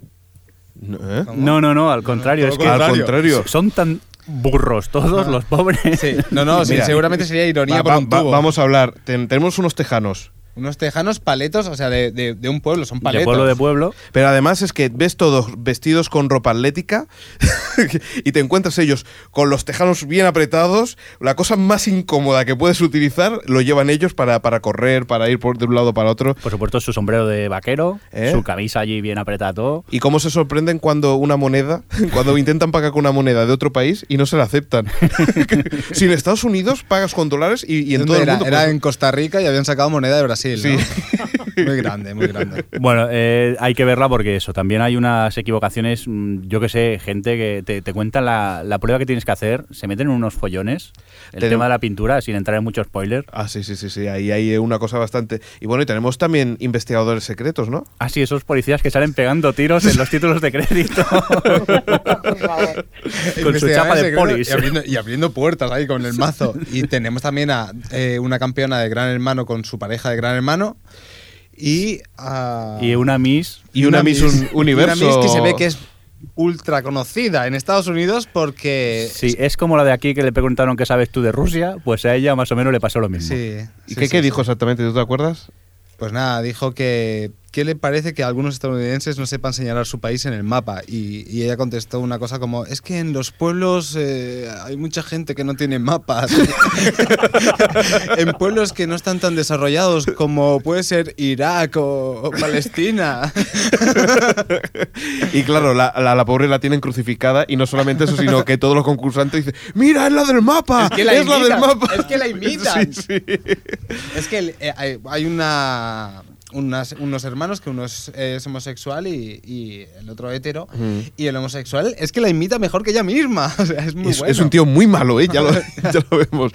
S2: No, ¿eh?
S3: No, no, no, al contrario.
S8: todo
S3: es que
S8: lo
S2: Al contrario.
S3: Son tan burros todos los pobres.
S8: Ah. Sí, no, no, sí,
S2: Mira.
S8: seguramente sería ironía
S2: Va-
S8: por
S2: va-
S8: un
S2: va-
S8: tubo.
S2: vamos a hablar. Ten- tenemos unos tejanos.
S8: Unos tejanos paletos, o sea, de, de- de un pueblo, son paletos.
S3: De pueblo de pueblo.
S2: Pero además es que ves todos vestidos con ropa atlética y te encuentras ellos con los tejanos bien apretados. La cosa más incómoda que puedes utilizar lo llevan ellos para, para correr, para ir por de un lado para otro.
S3: Por supuesto, su sombrero de vaquero,
S2: ¿Eh?
S3: su camisa allí bien apretada, todo.
S2: Y cómo se sorprenden cuando una moneda, cuando intentan pagar con una moneda de otro país y no se la aceptan. si en Estados Unidos pagas con dólares y, y en
S8: ¿Dónde
S2: todo el
S8: era?
S2: mundo.
S8: Era
S2: pues,
S8: en Costa Rica y habían sacado moneda de Brasil.
S2: Sí.
S8: ¿no? Muy grande, muy grande.
S3: Bueno, eh, hay que verla porque eso, también hay unas equivocaciones, mm, yo que sé, gente que te, te cuenta la, la prueba que tienes que hacer, se meten en unos follones, el
S2: Te-
S3: tema de la pintura, sin entrar en mucho spoiler.
S2: Ah, sí, sí, sí, sí. Ahí hay una cosa bastante. Y bueno, y tenemos también investigadores secretos, ¿no?
S3: Ah, sí, esos policías que salen pegando tiros en los títulos de crédito.
S4: Por favor.
S3: Con su chapa de polis.
S8: Y abriendo, y abriendo puertas ahí con el mazo. Y tenemos también a eh, una campeona de Gran Hermano con su pareja de Gran Hermano. Y, a-
S3: y una Miss.
S2: Y una Miss Un-
S8: y
S2: Universo.
S8: Una Miss que se ve que es ultra conocida en Estados Unidos
S2: Eh,
S8: porque.
S3: Sí, es como la de aquí que le preguntaron qué sabes tú de Rusia, pues a ella más o menos le pasó lo mismo.
S8: Sí,
S2: ¿Y
S8: sí,
S2: qué,
S8: sí,
S2: qué
S8: sí.
S2: dijo exactamente? ¿Tú te acuerdas?
S8: Pues nada, dijo que ¿qué le parece que algunos estadounidenses no sepan señalar su país en el mapa? Y, y ella contestó una cosa como, es que en los pueblos eh, hay mucha gente que no tiene mapas. en pueblos que no están tan desarrollados como puede ser Irak o, o Palestina.
S2: Y claro, la, la, la pobre la tienen crucificada y no solamente eso, sino que todos los concursantes dicen, mira, es la del mapa, es, la del mapa.
S8: Es que la imitan.
S2: Sí, sí.
S8: Es que el- eh, hay, hay una, unas- unos hermanos que uno es, es homosexual y, y el otro hetero. Y el homosexual es que la imita mejor que ella misma. O sea, es muy
S2: Es,
S8: bueno.
S2: es un tío muy malo, ¿eh? ya, lo, ya lo vemos.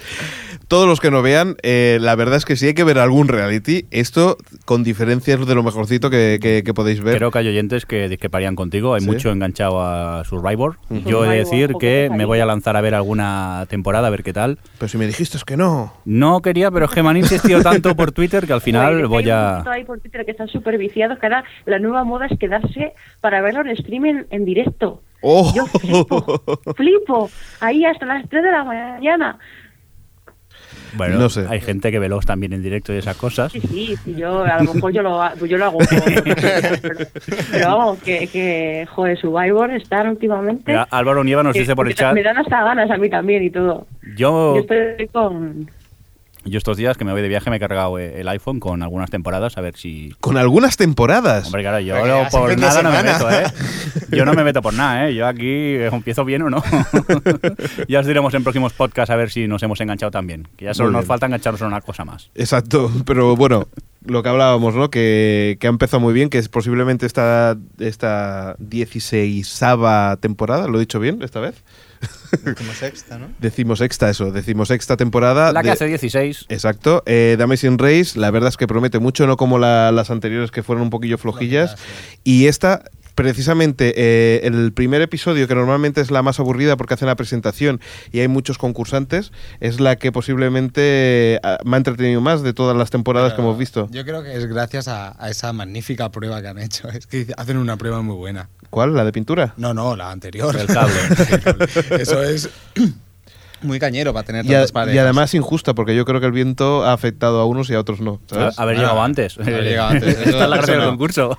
S2: Todos los que no vean, eh, la verdad es que si hay que ver algún reality, esto con diferencia es de lo mejorcito que, que- que podéis ver.
S3: Creo que hay oyentes que discreparían contigo, hay
S2: Sí.
S3: mucho enganchado a Survivor. Yo he de
S4: Survivor,
S3: decir
S4: poco
S3: que me
S4: pesadilla.
S3: voy a lanzar a ver alguna temporada, a ver qué tal.
S2: Pero si me dijiste es que no.
S3: No quería, pero es que me han insistido tanto por Twitter que al final
S4: Joder,
S3: voy
S4: hay un
S3: a...
S4: montón ahí por Twitter que están súper viciados, que ahora la nueva moda es quedarse para verlo en streaming en directo.
S2: ¡Oh!
S4: Yo flipo, flipo. Ahí hasta las 3 de la mañana.
S3: Bueno,
S2: No sé.
S3: hay gente que ve los también en directo y esas cosas.
S4: Sí, sí, sí, yo a lo mejor yo lo, ha- pues yo lo hago. Pero, pero vamos, que, que, joder, Survivor estar últimamente...
S3: Mira, Álvaro Nieva nos
S4: que-
S3: dice por
S4: me
S3: el
S4: da-
S3: chat, Oh.
S4: Me dan hasta ganas a mí también y todo. Yo
S3: yo,
S4: estoy con...
S3: yo estos días que me voy de viaje me he cargado eh, el iPhone con algunas temporadas a ver si
S2: Con algunas temporadas.
S3: Hombre, claro, yo
S6: Porque
S3: no,
S6: hace
S3: por
S6: fin de
S3: nada no me meto,
S6: semana.
S3: ¿eh? Yo no me meto por nada, ¿eh? Yo aquí eh, empiezo bien o no. ya os diremos en próximos podcasts a ver si nos hemos enganchado también. Que ya solo
S2: Muy
S3: nos
S2: bien.
S3: falta engancharnos a una cosa más.
S2: Exacto, pero bueno, lo que hablábamos, ¿no? Que, que ha empezado muy bien, que es posiblemente esta, esta 16 temporada, lo he dicho bien esta vez.
S6: sexta, ¿no?
S2: Decimos sexta, eso, decimos sexta
S8: Ah,
S2: temporada.
S3: La que
S2: de-
S3: hace 16.
S2: Exacto, eh, The Amazing Race, la verdad es que promete mucho, no como la- las anteriores que fueron un poquillo flojillas. Y esta, precisamente, eh, el primer episodio, que normalmente es la más aburrida porque hacen la presentación y hay muchos concursantes, es la que posiblemente eh, me ha entretenido más de todas las temporadas que
S8: Ah,
S2: hemos visto.
S8: Yo creo que es gracias a, a esa magnífica prueba que han hecho. Es que dice- hacen una prueba muy buena.
S2: ¿Cuál? ¿La de pintura?
S8: No, no, la anterior.
S3: El cable.
S8: El cable. Eso es muy cañero para tener
S2: Y, a-
S8: tantas parejas.
S2: y además injusta, porque yo creo que el viento ha afectado a unos y a otros no.
S3: A-
S2: ¿sabes?
S3: Haber
S8: Ah,
S3: llegado antes.
S8: haber llegado antes, eso-
S3: Esta es la
S8: eso
S3: gracia del
S8: no.
S3: concurso.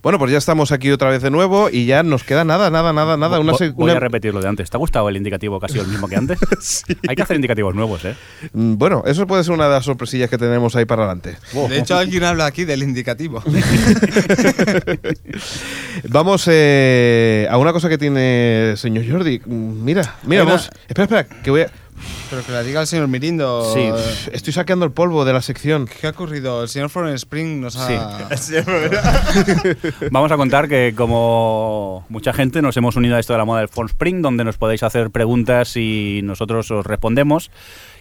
S2: Bueno, pues ya estamos aquí otra vez de nuevo y ya nos queda nada, nada, nada, nada. Una,
S3: Vo-
S2: se-
S3: Voy
S2: una-
S3: a repetir lo de antes. ¿Te ha gustado el indicativo casi el mismo que antes? Hay que hacer indicativos nuevos, ¿eh?
S2: Mm, Bueno, eso puede ser una de las sorpresillas que tenemos ahí para adelante.
S8: De hecho, alguien habla aquí del indicativo.
S2: Vamos eh, a una cosa que tiene señor Jordi. Mm, Mira, mira,
S8: Hay una-
S2: vamos. Espera, espera, que voy a...
S8: Pero que la diga el señor Mirindo. eh,
S2: Sí, estoy saqueando el polvo de la sección.
S8: ¿Qué ha ocurrido? El señor Foreign Spring nos ha...
S3: Vamos a contar que como mucha gente nos hemos unido a esto de la moda del Phone Spring, donde nos podéis hacer preguntas y nosotros os respondemos.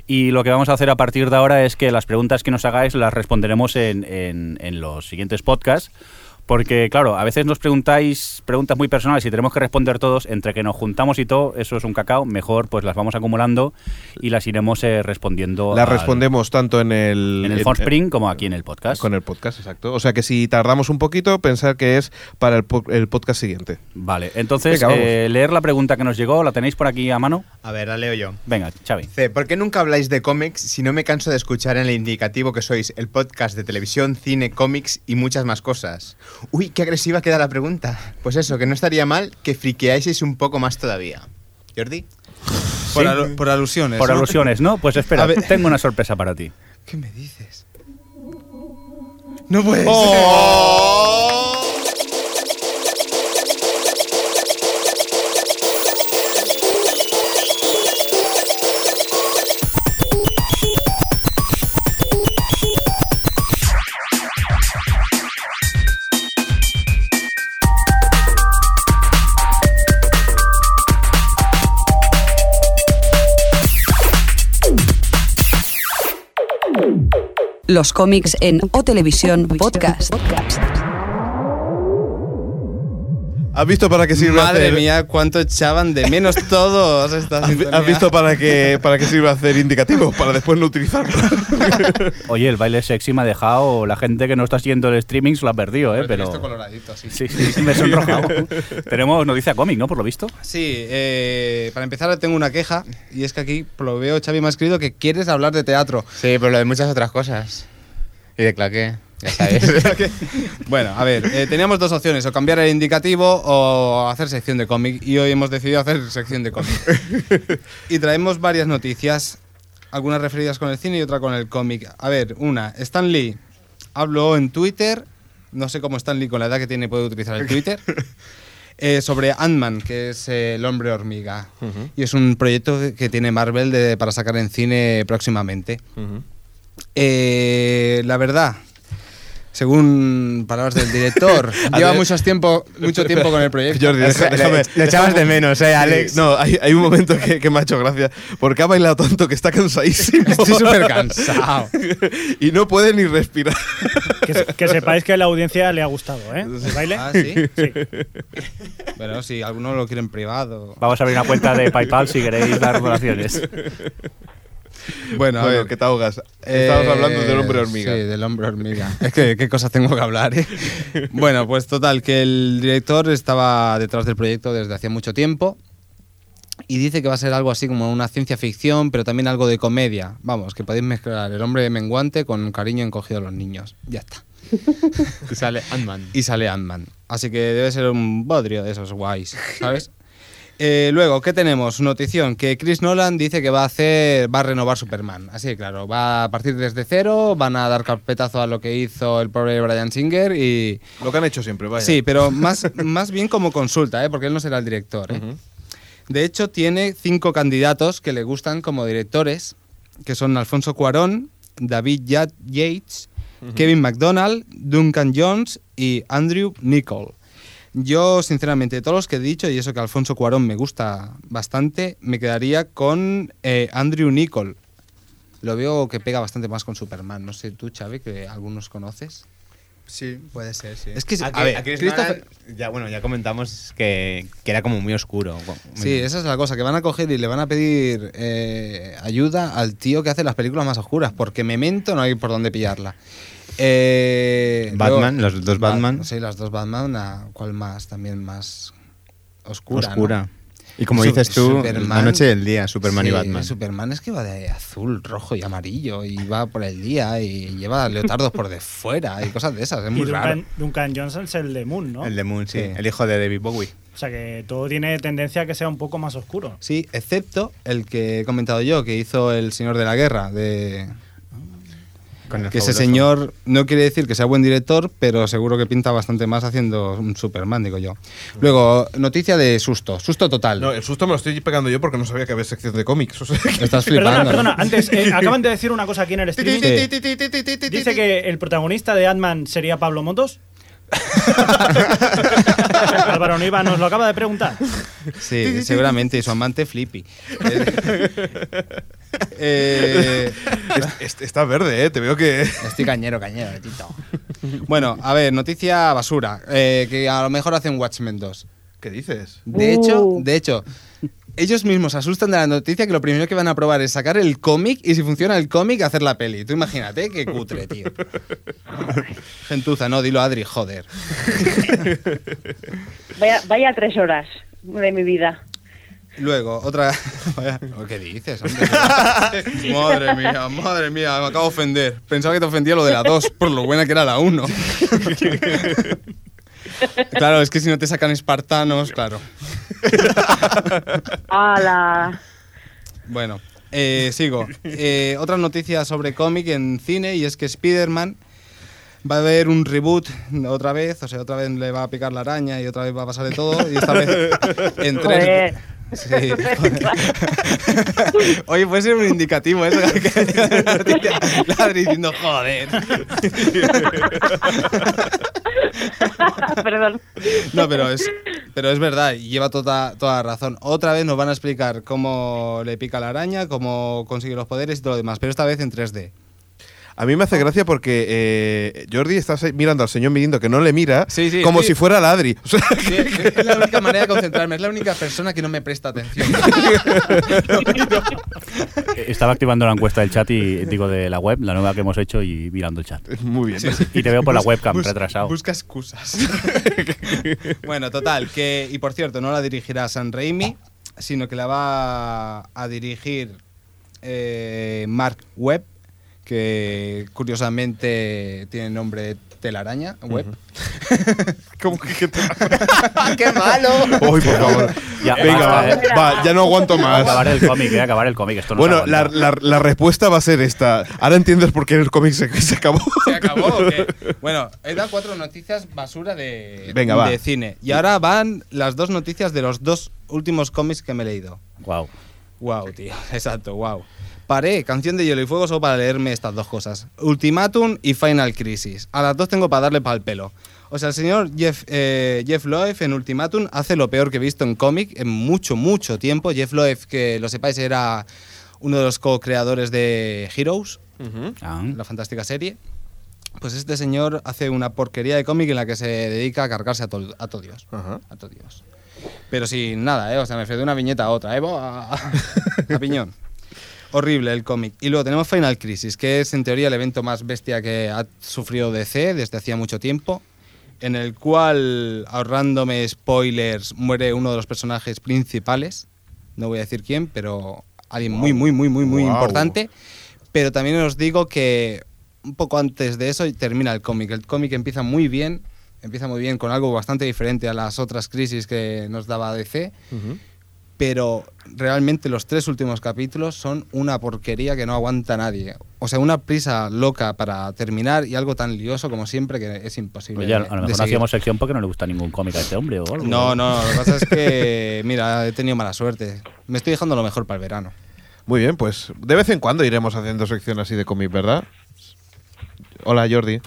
S3: Y lo que vamos a hacer a partir de ahora es que las preguntas que nos hagáis las responderemos en, en- en los siguientes podcasts. Porque, claro, a veces nos preguntáis preguntas muy personales y tenemos que responder todos. Entre que nos juntamos y todo, eso es un cacao. Mejor, pues las vamos acumulando y las iremos eh, respondiendo.
S2: La
S3: al-
S2: respondemos tanto en el...
S3: en el Phone Spring como aquí en el podcast.
S2: Con el podcast, exacto. O sea que si tardamos un poquito, pensar que es para el, po- el podcast siguiente.
S3: Vale, entonces,
S2: Venga, vamos.
S3: eh, leer la pregunta que nos llegó, ¿la tenéis por aquí a mano?
S6: A ver, la leo yo.
S3: Venga, Xavi.
S6: Dice, ¿por qué nunca habláis de cómics si no me canso de escuchar en el indicativo que sois el podcast de televisión, cine, cómics y muchas más cosas? Uy, qué agresiva queda la pregunta. Pues eso, que no estaría mal que friqueaseis un poco más todavía. Jordi.
S8: Por,
S3: Sí.
S8: alu- por alusiones.
S3: Por
S8: ¿no?
S3: alusiones, ¿no? Pues espera,
S8: A ver.
S3: tengo una sorpresa para ti.
S6: ¿Qué me dices?
S3: Oh.
S8: No puedes.
S1: Los cómics en O Televisión Podcast.
S2: ¿Has visto para qué sirve
S6: Madre
S2: hacer-
S6: mía, cuánto echaban de menos todos esta
S2: ¿Has, vi- has
S6: sintonía.
S2: visto para qué, para qué sirve hacer indicativos? Para después no utilizarlo.
S3: Oye, el baile sexy me ha dejado. La gente que no está siguiendo el streaming se lo ha perdido, ¿eh? Pero.
S6: coloradito, así.
S3: Sí, sí, sí, me he sonrojado. Tenemos noticia cómic, ¿no? Por lo visto.
S6: Sí, eh, para empezar tengo una queja y es que aquí por lo veo Xavi me ha escrito que quieres hablar de teatro.
S8: Sí, pero lo de muchas otras cosas. Y de claqué, ya sabes.
S6: Bueno, a ver, eh, teníamos dos opciones, o cambiar el indicativo o hacer sección de cómic y hoy hemos decidido hacer sección de cómic. y traemos varias noticias, algunas referidas con el cine y otra con el cómic. A ver, una, Stan Lee habló en Twitter, no sé cómo Stan Lee con la edad que tiene puede utilizar el Twitter. eh, sobre Ant-Man, que es eh, el hombre hormiga. Y es un proyecto que tiene Marvel de- para sacar en cine próximamente. Eh, la verdad, según palabras del director, lleva
S2: ver.
S6: muchos tiempo, mucho tiempo con el proyecto.
S2: Jordi, deja- déjame.
S8: Lo echabas de menos, ¿eh, Alex?
S2: No, hay, hay un momento que, que me ha hecho gracia. Porque ha bailado tanto que está cansadísimo.
S6: Estoy súper cansado.
S2: y no puede ni respirar.
S7: Que, se- que sepáis que a la audiencia le ha gustado, ¿eh? ¿El baile?
S6: Ah, ¿sí?
S7: Sí.
S6: Bueno, si alguno lo quiere en privado.
S3: Vamos a abrir una cuenta de PayPal si queréis dar Eh, donaciones.
S6: Bueno, a
S2: Bueno,
S6: ver.
S2: que te ahogas. Estábamos
S6: Eh,
S2: hablando del hombre hormiga.
S6: Sí, del hombre hormiga. es que qué cosas tengo que hablar, ¿eh? bueno, pues total, que el director estaba detrás del proyecto desde hacía mucho tiempo y dice que va a ser algo así como una ciencia ficción, pero también algo de comedia. Vamos, que podéis mezclar el hombre menguante con un cariño encogido a los niños. Ya está.
S8: Y sale Ant-Man.
S6: Y sale Ant-Man. Así que debe ser un bodrio de esos guays, ¿sabes? Eh, luego, ¿qué tenemos? Notición, que Chris Nolan dice que va a hacer, va a renovar Superman. Así que claro, va a partir desde cero, van a dar carpetazo a lo que hizo el pobre Brian Singer y...
S2: Lo que han hecho siempre, vaya.
S6: Sí, pero más, más bien como consulta, ¿eh? porque él no será el director. ¿eh? De hecho, tiene cinco candidatos que le gustan como directores, que son Alfonso Cuarón, David Ya- Yates, Kevin McDonald, Duncan Jones y Andrew Nichol. Yo, sinceramente, de todos los que he dicho, y eso que Alfonso Cuarón me gusta bastante, me quedaría con eh, Andrew Nichol. Lo veo que pega bastante más con Superman. No sé, tú, Chávez, que algunos conoces.
S8: Sí, puede ser, sí.
S6: Es que,
S8: a,
S6: a
S8: que-
S6: ver,
S8: Ah, a Chris
S6: Christopher-
S8: Nolan, ya bueno, ya comentamos que, que era como muy oscuro.
S6: Sí, esa es la cosa, que van a coger y le van a pedir eh, ayuda al tío que hace las películas más oscuras, porque Memento no hay por dónde pillarla. Eh,
S8: Batman,
S6: luego-
S8: los dos
S6: Ba-
S8: Batman.
S6: sí, las dos Batman, la cual más, también más oscura.
S8: oscura.
S6: ¿no?
S8: Y como
S6: Su-
S8: dices tú, la
S6: Superman-
S8: noche y el día, Superman y
S6: Sí,
S8: Batman.
S6: Superman es que va de azul, rojo y amarillo, y va por el día, y lleva leotardos por de fuera, y cosas de esas,
S7: Y
S6: es muy raro.
S7: Duncan, Duncan Johnson es el de Moon, ¿no?
S8: El de Moon, sí.
S6: Sí.
S8: El hijo de David Bowie.
S7: O sea que todo tiene tendencia a que sea un poco más oscuro.
S6: Sí, excepto el que he comentado yo, que hizo El Señor de la Guerra, de,
S8: con el
S6: Que ese
S8: fabuloso.
S6: señor no quiere decir que sea buen director, pero seguro que pinta bastante más haciendo un Superman, digo yo. Luego, noticia de susto, susto total.
S2: No, el susto me lo estoy pegando yo porque no sabía que había sección de cómics. o sea que-
S7: Perdona,
S6: Estás flipando.
S7: perdona,
S6: ¿no?
S7: antes, eh, acaban de decir una cosa aquí en el streaming.
S6: Sí.
S7: Dice que el protagonista de Ant-Man sería Pablo Motos. Álvaro Niva nos lo acaba de preguntar.
S6: Sí, seguramente, y su amante Flippy. eh,
S2: Es- es- está verde, ¿eh? Te veo que.
S6: Estoy cañero, cañero, tito. Bueno, a ver, noticia basura, eh, que a lo mejor hacen Watchmen 2.
S2: ¿Qué dices?
S6: De hecho,
S4: Uh.
S6: de hecho, ellos mismos se asustan de la noticia que lo primero que van a probar es sacar el cómic y si funciona el cómic, hacer la peli. Tú imagínate qué cutre, tío. Gentuza, no, dilo Adri, joder.
S4: Vaya, vaya tres horas de mi vida.
S6: Luego, otra. Vaya, ¿Qué dices, hombre? madre mía, madre mía, me acabo de ofender. Pensaba que te ofendía lo de la 2, por lo buena que era la 1. claro, es que si no te sacan espartanos, claro.
S4: ¡Hala!
S6: Bueno, eh, sigo. Eh, otra noticia sobre cómic en cine y es que Spider-Man va a haber un reboot otra vez, o sea, otra vez le va a picar la araña y otra vez va a pasar de todo y esta vez en tres...
S4: Joder.
S6: Sí, joder. Oye, puede ser un indicativo eso. que- Ladri diciendo, joder.
S4: Perdón.
S6: No, pero es, pero es verdad, y lleva toda, toda razón. Otra vez nos van a explicar cómo le pica la araña, cómo consigue los poderes y todo lo demás, pero esta vez en 3D.
S2: A mí me hace gracia porque eh, Jordi está se- mirando al señor midiendo que no le mira
S8: Sí, sí,
S2: como
S8: sí.
S2: si fuera Ladri. O sea,
S8: Sí, es la única manera de concentrarme, es la única persona que no me presta atención.
S3: Estaba activando la encuesta del chat y digo de la web, la nueva que hemos hecho y mirando el chat.
S2: muy bien.
S3: Y te veo por la
S8: Bus-
S3: webcam
S8: bus-
S3: retrasado.
S8: Busca excusas. bueno, total, que. Y por cierto, no la dirigirá San Raimi, sino que la va a dirigir eh, Mark Webb, que curiosamente tiene nombre de telaraña web.
S2: ¿Cómo que- que te-
S6: ¡Qué malo!
S2: Uy, por favor.
S3: Ya,
S2: Venga,
S3: basta, eh.
S2: va, va, ya no aguanto
S3: Acabar
S2: más.
S3: el cómic, eh, acabar el cómic. Esto no
S2: Bueno,
S3: se
S2: la,
S3: aguanta.
S2: la- la respuesta va a ser esta. Ahora entiendes por qué el cómic se, se acabó.
S8: Se acabó. ¿o qué? Bueno, he dado cuatro noticias basura de,
S2: Venga, va.
S8: de cine. Y ahora van las dos noticias de los dos últimos cómics que me he leído.
S3: Guau.
S8: Wow, tío, exacto, wow. Paré, canción de hielo y fuego solo para leerme estas dos cosas: Ultimatum y Final Crisis. A las dos tengo para darle pa'l pelo. O sea, el señor Jeff, eh, Jeff Loeb en Ultimatum hace lo peor que he visto en cómic en mucho, mucho tiempo. Jeff Loeb, que lo sepáis, era uno de los co-creadores de Heroes,
S3: Ah.
S8: la fantástica serie. Pues este señor hace una porquería de cómic en la que se dedica a cargarse a, todo a todo Dios. A todo Dios. Pero sin nada, ¿eh? O sea, me fui de una viñeta a otra, ¿eh? Buah. A piñón. Horrible el cómic. Y luego tenemos Final Crisis, que es en teoría el evento más bestia que ha sufrido DC desde hacía mucho tiempo, en el cual, ahorrándome spoilers, muere uno de los personajes principales. No voy a decir quién, pero alguien muy, muy, muy, muy, muy
S2: Wow.
S8: importante. Pero también os digo que un poco antes de eso termina el cómic. El cómic empieza muy bien, empieza muy bien con algo bastante diferente a las otras crisis que nos daba DC pero realmente los tres últimos capítulos son una porquería que no aguanta nadie. O sea, una prisa loca para terminar y algo tan lioso como siempre que es imposible.
S3: Oye, Pues a lo
S8: de- de
S3: mejor no
S8: seguir.
S3: hacíamos sección porque no le gusta ningún cómic a este hombre o algo.
S8: No, no, lo que pasa es que,
S6: Ah,
S8: mira, he tenido mala suerte. Me estoy dejando lo mejor para el verano.
S2: Muy bien, pues de vez en cuando iremos haciendo sección así de cómic, ¿verdad? Hola, Jordi.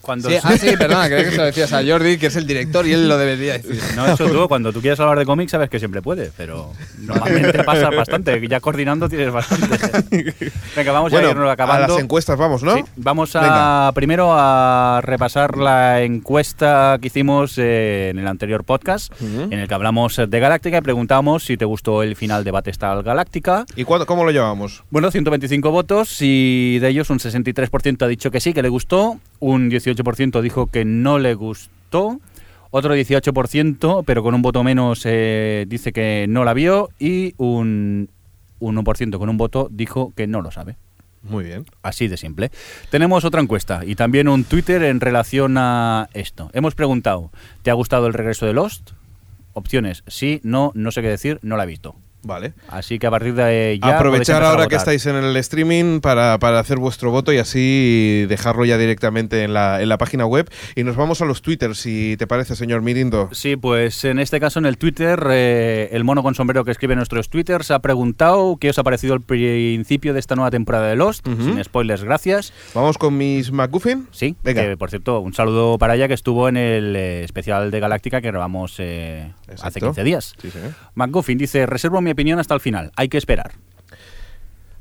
S3: Cuando
S8: Sí, ah, sí, perdona, creí que se lo decías a Jordi, que es el director y él lo debería decir.
S3: No, eso tú, cuando tú quieres hablar de cómics sabes que siempre puedes, pero normalmente pasa bastante, ya coordinando tienes bastante. Venga, vamos a irnos acabando.
S2: a las encuestas vamos, ¿no?
S3: Sí, vamos a
S2: Venga.
S3: primero a repasar la encuesta que hicimos eh, en el anterior podcast, en el que hablamos de Galáctica y preguntamos si te gustó el final de Battlestar Galáctica.
S2: ¿Y cuándo- cómo lo llevamos?
S3: Bueno, 125 votos y de ellos un 63% ha dicho que sí, que le gustó, un 18% dijo que no le gustó, otro 18%, pero con un voto menos, eh, dice que no la vio y un 1% con un voto dijo que no lo sabe.
S2: Muy bien.
S3: Así de simple. Tenemos otra encuesta y también un Twitter en relación a esto. Hemos preguntado, ¿te ha gustado el regreso de Lost? Opciones, sí, no, no sé qué decir, no la he visto.
S2: Vale.
S3: Así que a partir de ya... podéis
S2: Aprovechar
S3: empezar a
S2: ahora que
S3: votar.
S2: estáis en el streaming para, para hacer vuestro voto y así dejarlo ya directamente en la, en la página web. Y nos vamos a los Twitter, si te parece, señor Mirindo.
S3: Sí, pues en este caso en el Twitter, eh, el mono con sombrero que escribe nuestros Twitters ha preguntado qué os ha parecido el principio de esta nueva temporada de Lost.
S2: Ujú.
S3: Sin spoilers, gracias.
S2: Vamos con mis McGuffin.
S3: Sí,
S2: Venga.
S3: que, por cierto, un saludo para ella que estuvo en el eh, especial de Galáctica que grabamos eh, hace
S2: Exacto.
S3: 15 días.
S2: Sí, señor.
S3: McGuffin dice, reservo mi opinión hasta el final, hay que esperar.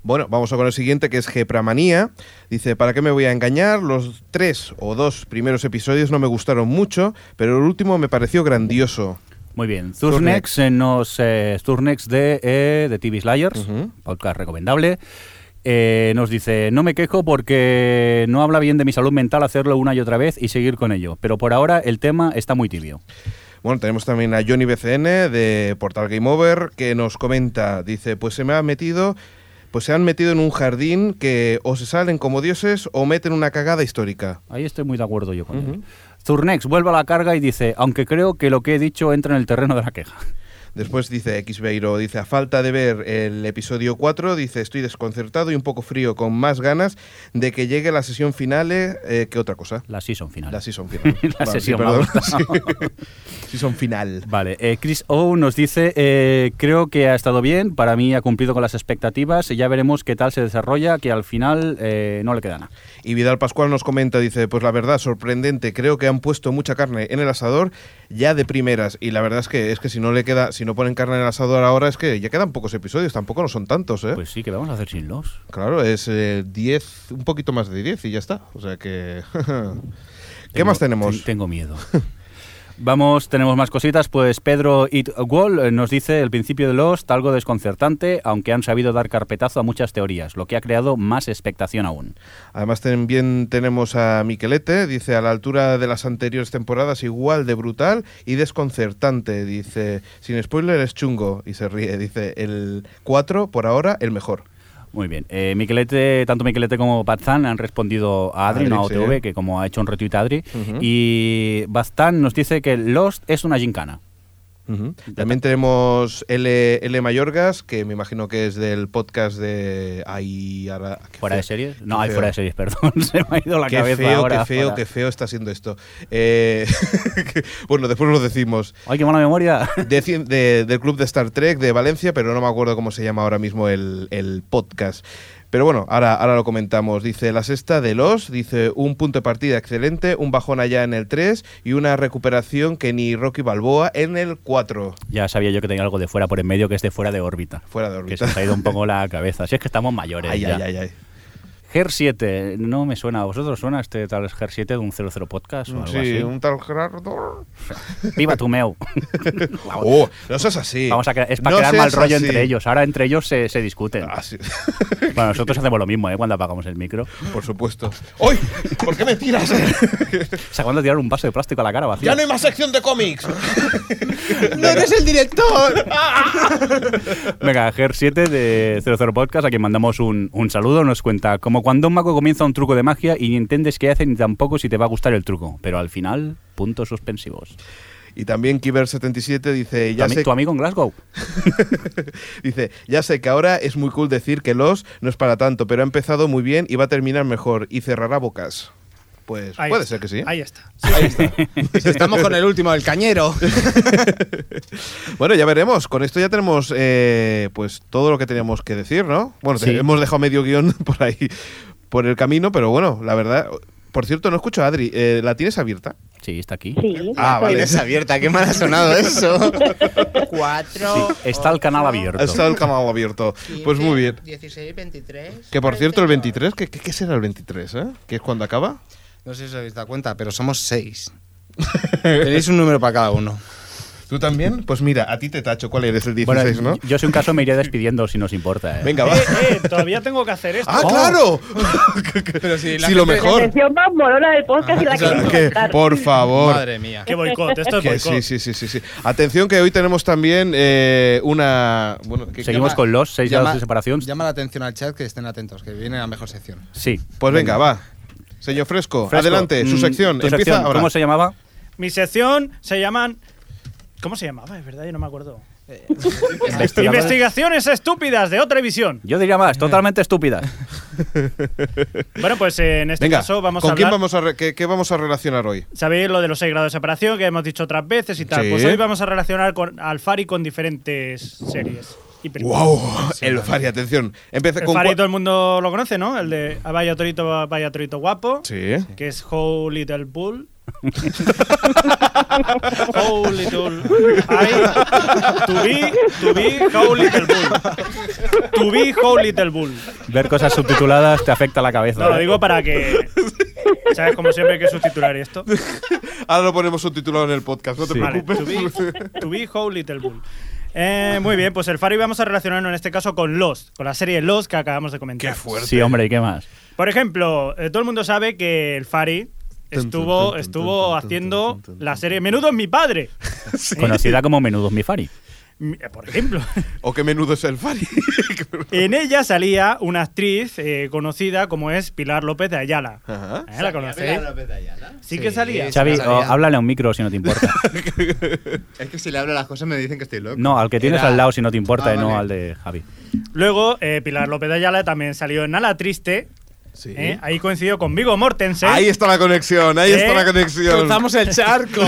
S2: Bueno, vamos a con el siguiente que es Gepramanía. Dice, ¿para qué me voy a engañar? Los tres o dos primeros episodios no me gustaron mucho, pero el último me pareció grandioso.
S3: Muy bien,
S2: Zurnex.
S3: Zurnex eh, nos eh, Zurnex de, eh, de TV Slayers,
S2: Ujú.
S3: podcast recomendable. eh, nos dice, no me quejo porque no habla bien de mi salud mental hacerlo una y otra vez y seguir con ello, pero por ahora el tema está muy tibio.
S2: Bueno, tenemos también a Johnny BCN de Portal Game Over que nos comenta, dice, pues se me ha metido, pues se han metido en un jardín que o se salen como dioses o meten una cagada histórica.
S3: Ahí estoy muy de acuerdo yo con él. Zurnex vuelve a la carga y dice, aunque creo que lo que he dicho entra en el terreno de la queja.
S2: Después dice Xbeiro, dice, a falta de ver el episodio 4, dice, estoy desconcertado y un poco frío, con más ganas de que llegue la sesión final eh, que otra cosa.
S3: La season final.
S2: La season final.
S3: La
S2: Vale,
S3: sesión,
S2: sí,
S3: me ha
S2: perdón.
S3: gustado.
S2: Sí. Season final.
S3: Vale, eh, Chris O nos dice, eh, creo que ha estado bien, para mí ha cumplido con las expectativas, ya veremos qué tal se desarrolla, que al final eh, no le queda nada.
S2: Y Vidal Pascual nos comenta, dice, pues la verdad, sorprendente, creo que han puesto mucha carne en el asador ya de primeras. Y la verdad es que es que si no le queda, si no ponen carne en el asador ahora es que ya quedan pocos episodios, tampoco no son tantos, ¿eh?
S3: Pues sí, que vamos a hacer sin los.
S2: Claro, es eh, 10, un poquito más de 10 y ya está. O sea que... ¿Qué
S3: Tengo-
S2: más tenemos?
S3: ten- Tengo miedo. Vamos, tenemos más cositas. Pues Pedro It Wall eh, nos dice el principio de Lost, algo desconcertante, aunque han sabido dar carpetazo a muchas teorías, lo que ha creado más expectación aún.
S2: Además también tenemos a Miquelete, dice, a la altura de las anteriores temporadas, igual de brutal y desconcertante. Dice, sin spoiler es chungo y se ríe. Dice, el 4 por ahora el mejor.
S3: Muy bien. Eh, Miquelete, tanto Miquelete como Bazán han respondido a Adri,
S2: Adri,
S3: no a
S2: sí.
S3: OTV, que como ha hecho un retweet a Adri.
S2: Ujú.
S3: Y Bazán nos dice que Lost es una gincana.
S2: Ujú. También tenemos L, L Mayorgas, que me imagino que es del podcast de ahí ahora- qué
S3: ¿Fuera
S2: feo,
S3: de series?
S2: qué
S3: No, hay
S2: feo.
S3: fuera de series, perdón. Se me ha ido la
S2: Qué
S3: cabeza
S2: feo,
S3: ahora.
S2: qué feo,
S3: fuera.
S2: qué feo está siendo esto. Eh, que- bueno, después lo decimos.
S3: ¡Ay, qué mala memoria!
S2: De cien- de- del club de Star Trek de Valencia, pero no me acuerdo cómo se llama ahora mismo el, el podcast. Pero bueno, ahora, ahora lo comentamos. Dice la sexta de los, dice un punto de partida excelente, un bajón allá en el 3 y una recuperación que ni Rocky Balboa en el 4.
S3: Ya sabía yo que tenía algo de fuera por en medio, que es de fuera de órbita.
S2: Fuera de
S3: Que
S2: órbita.
S3: se nos ha ido un poco la cabeza. Si es que estamos mayores.
S2: Ay,
S3: ya.
S2: ay, ay, ay.
S3: GER 7, no me suena. ¿A vosotros suena este tal GER 7 de un 00 podcast o algo
S2: Mm, Sí,
S3: así?
S2: un tal Gerardo.
S3: ¡Viva tu meu!
S2: Oh, no seas así.
S3: Vamos a cre- es para
S2: No
S3: crear mal
S2: seas
S3: rollo
S2: así.
S3: entre ellos. Ahora entre ellos se, se discuten.
S2: Ah, sí.
S3: Bueno, nosotros hacemos lo mismo, ¿eh? Cuando apagamos el micro. O
S2: Por supuesto. ¡Uy! ¿Por qué me tiras?
S3: sea, cuando tirar un vaso de plástico a la cara vacía.
S2: ¡Ya no hay más sección de cómics!
S6: ¡No eres el director!
S3: Venga, GER7 de 00 Podcast, a quien mandamos un, un saludo, nos cuenta como cuando un mago comienza un truco de magia y ni entiendes qué hace ni tampoco si te va a gustar el truco, pero al final, puntos suspensivos.
S2: Y también Kiber77 dice
S3: ¿Tu,
S2: ya,
S3: ami-
S2: sé,
S3: tu amigo en Glasgow?
S2: dice: Ya sé que ahora es muy cool decir que los no es para tanto, pero ha empezado muy bien y va a terminar mejor y cerrará bocas. Pues
S7: Ahí
S2: puede
S7: está.
S2: ser que sí.
S7: Ahí está.
S2: Ahí está.
S8: Estamos con el último, el cañero.
S2: Bueno, ya veremos. Con esto ya tenemos eh, pues todo lo que teníamos que decir, ¿no? Bueno, te-
S3: Sí.
S2: hemos dejado medio guión por ahí, por el camino, pero bueno, la verdad. Por cierto, no escucho a Adri. eh, ¿La tienes abierta?
S3: Sí, está aquí.
S4: Sí.
S2: Ah, vale.
S6: Es abierta, qué mal ha sonado eso. Cuatro.
S3: Está el canal abierto.
S2: Está el canal abierto. Pues muy bien.
S9: 16, 23.
S2: Que por cierto, el 23, ¿qué, qué- qué será el 23? Eh? ¿Qué es cuando acaba?
S8: No sé si os habéis dado cuenta, pero somos seis. Tenéis un número para cada uno.
S2: ¿Tú también? Pues mira, a ti te tacho. ¿Cuál eres? El 16,
S3: bueno,
S2: ¿no?
S3: yo si un caso me iría despidiendo si nos importa. ¿eh?
S2: Venga, va.
S7: Eh, eh, todavía tengo que hacer esto.
S2: ¡Ah,
S7: Oh.
S2: claro!
S8: Pero si
S2: sí,
S8: la
S2: lo
S8: gente-
S4: La
S2: mejor.
S4: sección más molona del podcast y la que hay que
S2: Que- pues,
S4: contar.
S2: por favor.
S8: Madre mía.
S7: Oh, Qué boicot, esto es
S2: Que
S7: boicot.
S2: sí, sí, sí, sí, sí. Atención que hoy tenemos también eh, una... Bueno, que-
S3: Seguimos
S8: llama-
S3: con los seis
S8: llama-
S3: grados de separación.
S8: Llama la atención al chat que estén atentos, que viene la mejor sección.
S3: Sí.
S2: Pues venga, va. Señor Fresco,
S3: Fresco,
S2: adelante, su
S3: mm,
S2: sección.
S3: tu
S2: Empieza
S3: sección,
S2: ahora.
S3: ¿Cómo se llamaba?
S7: Mi sección se llaman. ¿Cómo se llamaba? Es verdad, yo no me acuerdo. Investigaciones estúpidas de otra visión.
S3: Yo diría
S2: Eh.
S3: más, totalmente estúpidas.
S7: Bueno, pues eh, en este
S2: Venga,
S7: caso vamos
S2: ¿con
S7: a
S2: quién
S7: hablar.
S2: vamos a re- qué, qué vamos a relacionar hoy?
S7: Sabéis lo de los 6 grados de separación que hemos dicho otras veces y tal.
S2: Sí.
S7: Pues hoy vamos a relacionar con Alfari con diferentes series. Y películas.
S2: ¡Wow! el Fari, atención. Empieza
S7: El
S2: con...
S7: Fari
S2: cua-
S7: todo el mundo lo conoce, ¿no? El de "Ah, Vaya Torito, Vaya Torito Guapo.
S2: Sí. ¿eh?
S7: Que es How Little Bull. how Little I, To be, to be How Little Bull. To be How Little Bull.
S3: Ver cosas subtituladas te afecta la cabeza. ¿eh?
S7: No, lo digo para que. ¿Sabes? Como siempre hay que subtitular esto.
S2: Ahora lo ponemos subtitulado en el podcast, no te
S3: Sí.
S7: Vale,
S2: preocupes.
S7: to be, to be How Little Bull. Eh, muy bien, pues el Fari vamos a relacionarnos en este caso con Lost, con la serie Lost que acabamos de comentar.
S3: Sí, hombre, ¿y qué más?
S7: Por ejemplo, eh, todo el mundo sabe que el Fari estuvo, estuvo haciendo la serie Menudo es mi padre.
S3: Conocida como Menudos Mifari.
S7: Mm, Por ejemplo,
S2: O qué menudo es el Fari.
S7: en ella salía una actriz eh, conocida como es Pilar López de Ayala.
S2: Ajá.
S7: ¿Eh? ¿La conocéis? Sí que
S6: Sí,
S7: salía.
S6: sí.
S3: Xavi,
S6: no sabía.
S3: o- háblale a un micro si no te importa.
S6: Es que si le hablo las cosas me dicen que estoy loco.
S3: No, al que tienes
S6: Era-
S3: al lado si no te importa
S6: Ah,
S3: y no
S6: vale.
S3: al de Javi.
S7: Luego, eh, Pilar López de Ayala también salió en Ala Triste.
S2: Sí.
S7: ¿eh? Ahí coincidió con Vigo Mortensen.
S2: Ahí está la conexión, ahí
S7: ¿Eh?
S2: está la conexión.
S8: el charco!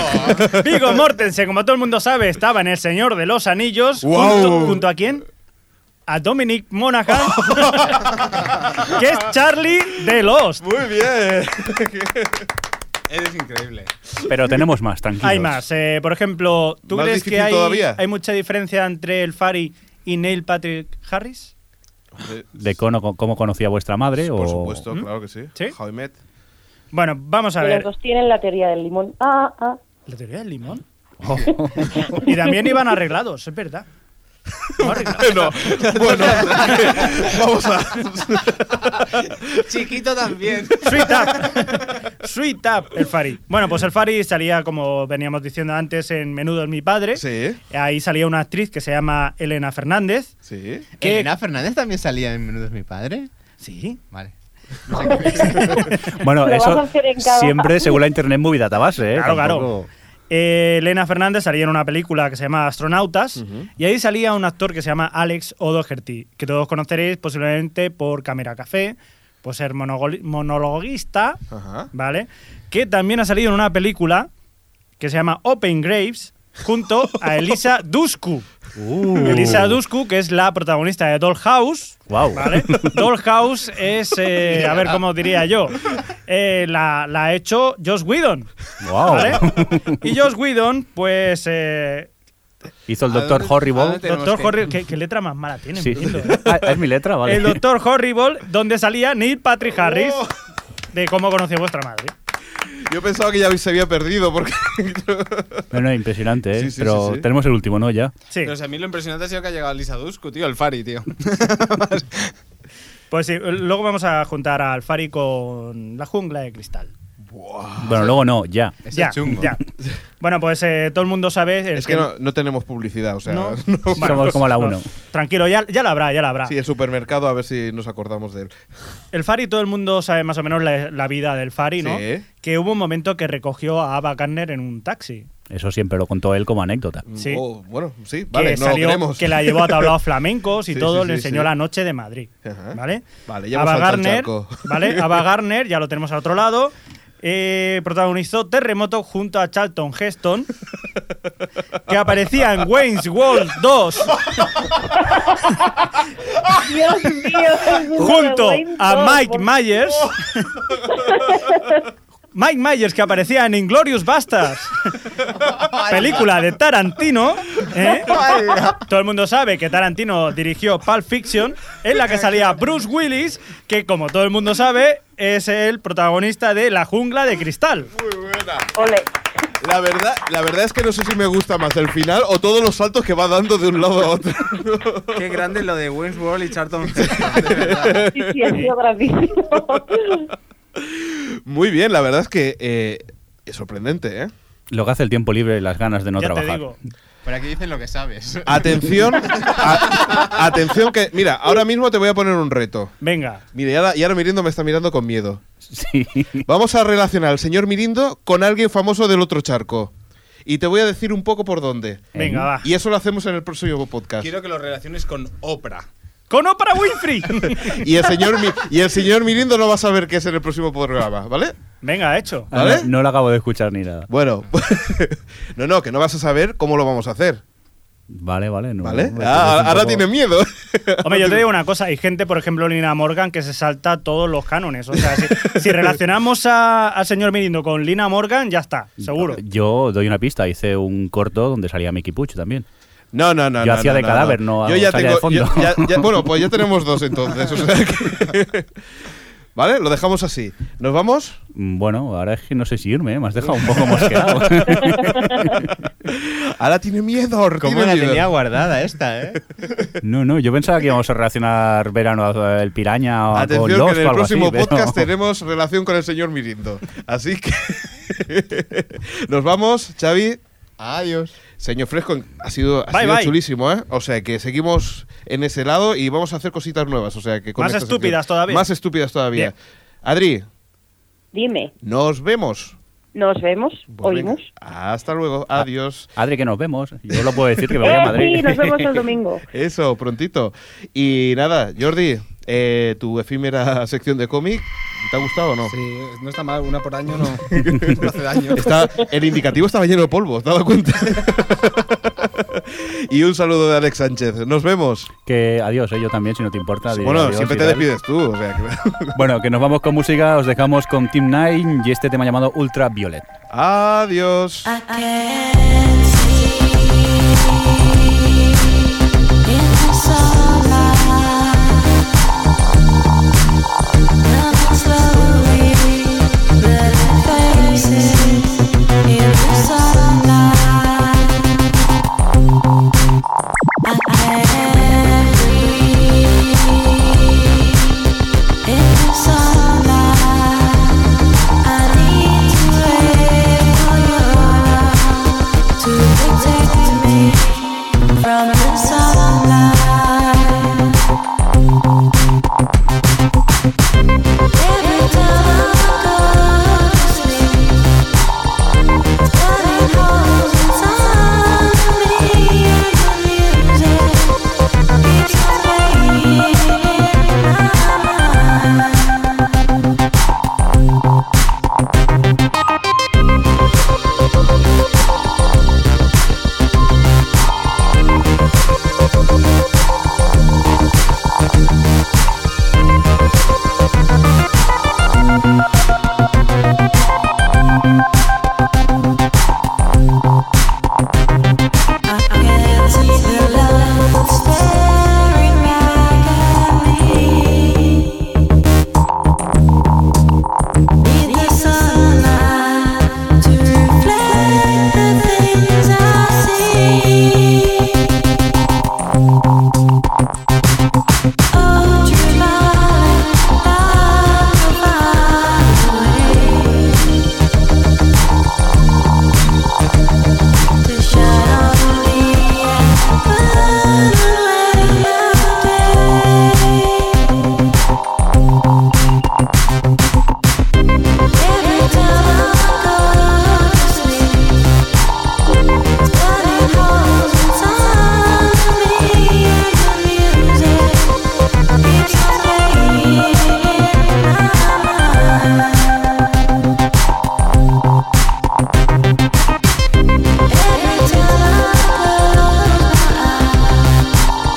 S7: Vigo Mortensen, como todo el mundo sabe, estaba en El Señor de los Anillos.
S2: Wow.
S7: Junto, ¿junto a quién? A Dominic Monaghan, que es Charlie de Lost.
S2: Muy bien.
S8: Eres increíble.
S3: Pero tenemos más, tranquilos.
S7: Hay más. eh, por ejemplo, ¿tú
S2: ¿Más
S7: crees que
S2: difícil
S7: hay,
S2: todavía?
S7: hay mucha diferencia entre el Fari y Neil Patrick Harris?
S3: De cono- cómo, conocía vuestra madre.
S2: Por
S3: o-
S2: supuesto,
S7: ¿Mm?
S2: claro que sí.
S7: ¿Sí?
S2: How I Met.
S7: Bueno, vamos a
S4: Y
S7: ver.
S4: los dos tienen la teoría del limón. Ah, ah.
S7: ¿La teoría del limón?
S2: Oh.
S7: y también iban arreglados, es verdad. No arreglados.
S2: No, bueno, vamos a.
S8: Chiquito también.
S7: Sweet Up. Sweet Up, el Fari. Bueno, pues el Fari salía, como veníamos diciendo antes, en Menudo es mi padre.
S2: Sí,
S7: Ahí salía una actriz que se llama Elena Fernández.
S2: sí.
S7: que-
S6: ¿Elena Fernández también salía en Menudo es mi padre?
S7: Sí.
S6: Vale.
S3: Bueno,
S4: Lo vas a
S3: eso
S4: hacer en cada-
S3: siempre según la Internet Movie Database, ¿eh?
S7: Claro, claro.
S3: Tampoco-
S7: Eh, Elena Fernández salía en una película que se llama Astronautas y ahí salía un actor que se llama Alex O'Doherty, que todos conoceréis posiblemente por Cámara Café, por ser monogoli- monologuista,
S2: Ajá.
S7: ¿vale? Que también ha salido en una película que se llama Open Graves junto a Elisa Dusku.
S3: Uh.
S7: Elisa Dusku, que es la protagonista de Dollhouse.
S3: Guau.
S7: ¿Vale? Dollhouse es, eh, a ver cómo diría yo, Eh, la, la ha hecho Josh Whedon.
S3: Guau.
S7: ¿vale? Y Josh Whedon, pues. eh,
S3: Hizo el
S8: ¿A
S3: doctor
S8: dónde- a
S3: Horrible.
S8: dónde Tenemos
S7: doctor
S8: que-
S7: Horrible. ¿Qué, qué letra más mala tiene?
S3: Sí.
S7: entiendo, ¿eh?
S3: Ah, es mi letra, vale.
S7: El doctor Horrible, donde salía Neil Patrick
S8: Oh.
S7: Harris, de cómo conocí a vuestra madre.
S2: Yo pensaba que ya se había perdido porque.
S3: No, no, impresionante, ¿eh?
S2: Sí, sí,
S3: Pero
S2: sí, sí.
S3: tenemos el último, ¿no? Ya.
S7: Sí.
S8: Pero si a mí lo impresionante ha sido que ha llegado Lisa Dusku, tío, el Fari, tío.
S7: Pues sí, luego vamos a juntar a Alfari con la jungla de cristal.
S3: Bueno, luego no, ya.
S8: Ese
S7: ya,
S8: es chungo.
S7: ya. Bueno, pues eh, todo el mundo sabe. el
S2: Es que no, no tenemos publicidad, o sea.
S7: No.
S2: no.
S3: Somos como la
S7: no,
S3: uno.
S7: pues, tranquilo, ya, ya la habrá, ya la habrá.
S2: Sí, el supermercado, a ver si nos acordamos de él.
S7: El Fari, todo el mundo sabe más o menos la, la vida del Fari, ¿no?
S2: Sí.
S7: Que hubo un momento que recogió a Ava Gardner en un taxi.
S3: Eso siempre lo contó él como anécdota.
S7: Sí.
S2: Oh, bueno, sí,
S7: Que,
S2: vale, no lo
S7: salió-
S2: queremos.
S7: que la llevó a tablados flamencos y
S2: Sí,
S7: todo,
S2: sí,
S7: le
S2: sí,
S7: enseñó
S2: sí.
S7: la noche de Madrid.
S2: Ajá.
S7: ¿Vale?
S2: Vale, ya hemos saltado
S7: Ava
S2: el
S7: Gardner,
S2: charco.
S7: ¿vale? Ava Gardner, ya lo tenemos al otro lado. eh, protagonizó Terremoto junto a Charlton Heston, que aparecía en Wayne's World 2
S4: Dios mío.
S7: junto a Mike Myers. Mike Myers que aparecía en Inglorious Bastards, película de Tarantino. ¿eh? Todo el mundo sabe que Tarantino dirigió Pulp Fiction, en la que salía Bruce Willis, que como todo el mundo sabe es el protagonista de La Jungla de Cristal.
S4: Ole.
S2: La verdad, la verdad es que no sé si me gusta más el final o todos los saltos que va dando de un lado a otro.
S8: Qué grande lo de Wayne's World y Charlton
S4: Sí, sí, ha sido grandísimo.
S2: Muy bien, la verdad es que eh, es sorprendente, ¿eh?
S3: Lo que hace el tiempo libre y las ganas de no
S7: ya te
S3: trabajar.
S7: digo.
S6: Por aquí dicen lo que sabes.
S2: Atención, a- atención que, mira, ahora mismo te voy a poner un reto.
S7: Venga.
S2: Mira, y ahora, y ahora Mirindo me está mirando con miedo.
S3: Sí.
S2: Vamos a relacionar al señor Mirindo con alguien famoso del otro charco. Y te voy a decir un poco por dónde.
S7: Venga, va.
S2: Y eso lo hacemos en el próximo podcast.
S8: Quiero que lo relaciones con Oprah.
S7: Con Oprah Winfrey.
S2: Y el señor Mi- y el señor Mirindo no va a saber qué es en el próximo programa, ¿vale?
S7: Venga, hecho.
S3: Ah,
S2: ¿Vale?
S3: No, no lo acabo de escuchar ni nada.
S2: Bueno, no, no, que no vas a saber cómo lo vamos a hacer,
S3: Vale, vale. no,
S2: ¿vale?
S3: me
S2: Ah,
S3: parece un
S2: ahora
S3: poco-
S2: tiene miedo.
S7: Hombre, yo te digo una cosa, hay gente, por ejemplo, Lina Morgan, que se salta todos los cánones. O sea, si, si relacionamos a- al señor Mirindo con Lina Morgan, ya está, seguro.
S3: Yo doy una pista. Hice un corto donde salía Mickey Puch también.
S2: No, no, no.
S3: Yo
S2: no,
S3: hacía
S2: no,
S3: de
S2: no,
S3: cadáver, no
S2: Yo ya
S3: salía de
S2: tengo. yo-
S3: fondo.
S2: ya- ya- bueno, pues ya tenemos dos entonces. o sea que- ¿Vale? Lo dejamos así. ¿Nos vamos?
S3: Mm, Bueno, ahora es que no sé si irme, ¿eh? me has dejado un poco mosqueado.
S2: Ahora tiene miedo.
S6: ¿Cómo
S2: tiene
S6: la
S2: miedo.
S6: tenía guardada esta, eh?
S3: no, no, yo pensaba que íbamos a relacionar verano a- el piraña o
S7: Ah,
S3: a- con
S2: Atención,
S3: Lost
S2: que en
S3: o
S2: el
S3: algo así,
S2: próximo
S3: pero-
S2: podcast tenemos relación con el señor Mirindo. Así que. Nos vamos, Xavi.
S6: Adiós.
S2: Señor Fresco, ha sido, ha
S7: Bye,
S2: sido
S7: bye.
S2: chulísimo, ¿eh? O sea, que seguimos en ese lado y vamos a hacer cositas nuevas. O sea, que con
S7: Más
S2: esta
S7: estúpidas
S2: sección-
S7: todavía.
S2: Más estúpidas todavía.
S7: Bien.
S2: Adri,
S4: Dime,
S2: nos vemos.
S4: nos vemos,
S2: Pues venga,
S4: oímos.
S2: Hasta luego.
S7: Ah.
S2: Adiós.
S3: Adri, que nos vemos. Yo lo puedo decir que me voy a
S4: Eh,
S3: Madrid.
S4: sí, nos vemos el domingo.
S2: Eso, prontito. Y nada, Jordi, eh, tu efímera sección de cómic. ¿Te ha gustado o no?
S8: Sí, no está mal, una por año no, no hace daño.
S2: Está, el indicativo estaba lleno de polvo, ¿te has dado cuenta? y un saludo de Alex Sánchez. Nos vemos.
S3: Que adiós, eh, yo también, si no te importa. digo
S2: bueno,
S3: adiós
S2: siempre
S3: y
S2: te
S3: tal.
S2: despides tú. O sea, que-
S3: Bueno, que nos vamos con música, os dejamos con Team Nine y este tema llamado Ultra Violet.
S2: Adiós.
S9: From the sunlight Every time I go to sleep, darling, hold on to me. The music keeps playing in my mind. I can't see the light staring back at me. Need the sunlight to reflect the things I see. Oh, true love, far away. To shine on me and burn away Every time I go to sleep, starting holes inside me and music keeps playing in my mind. Every time I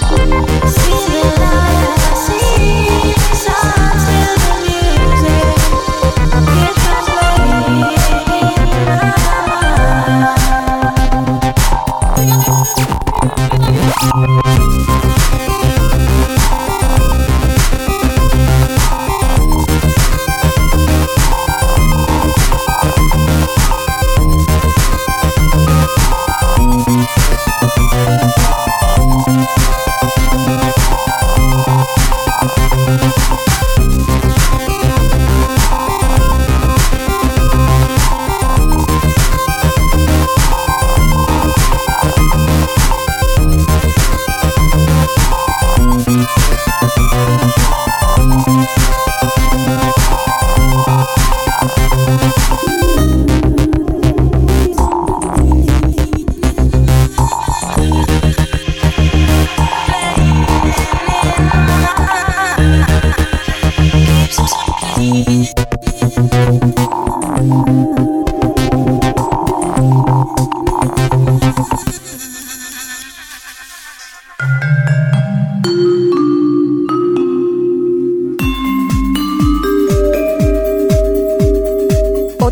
S9: close see the light I see, sounds till the music keeps playing in
S1: O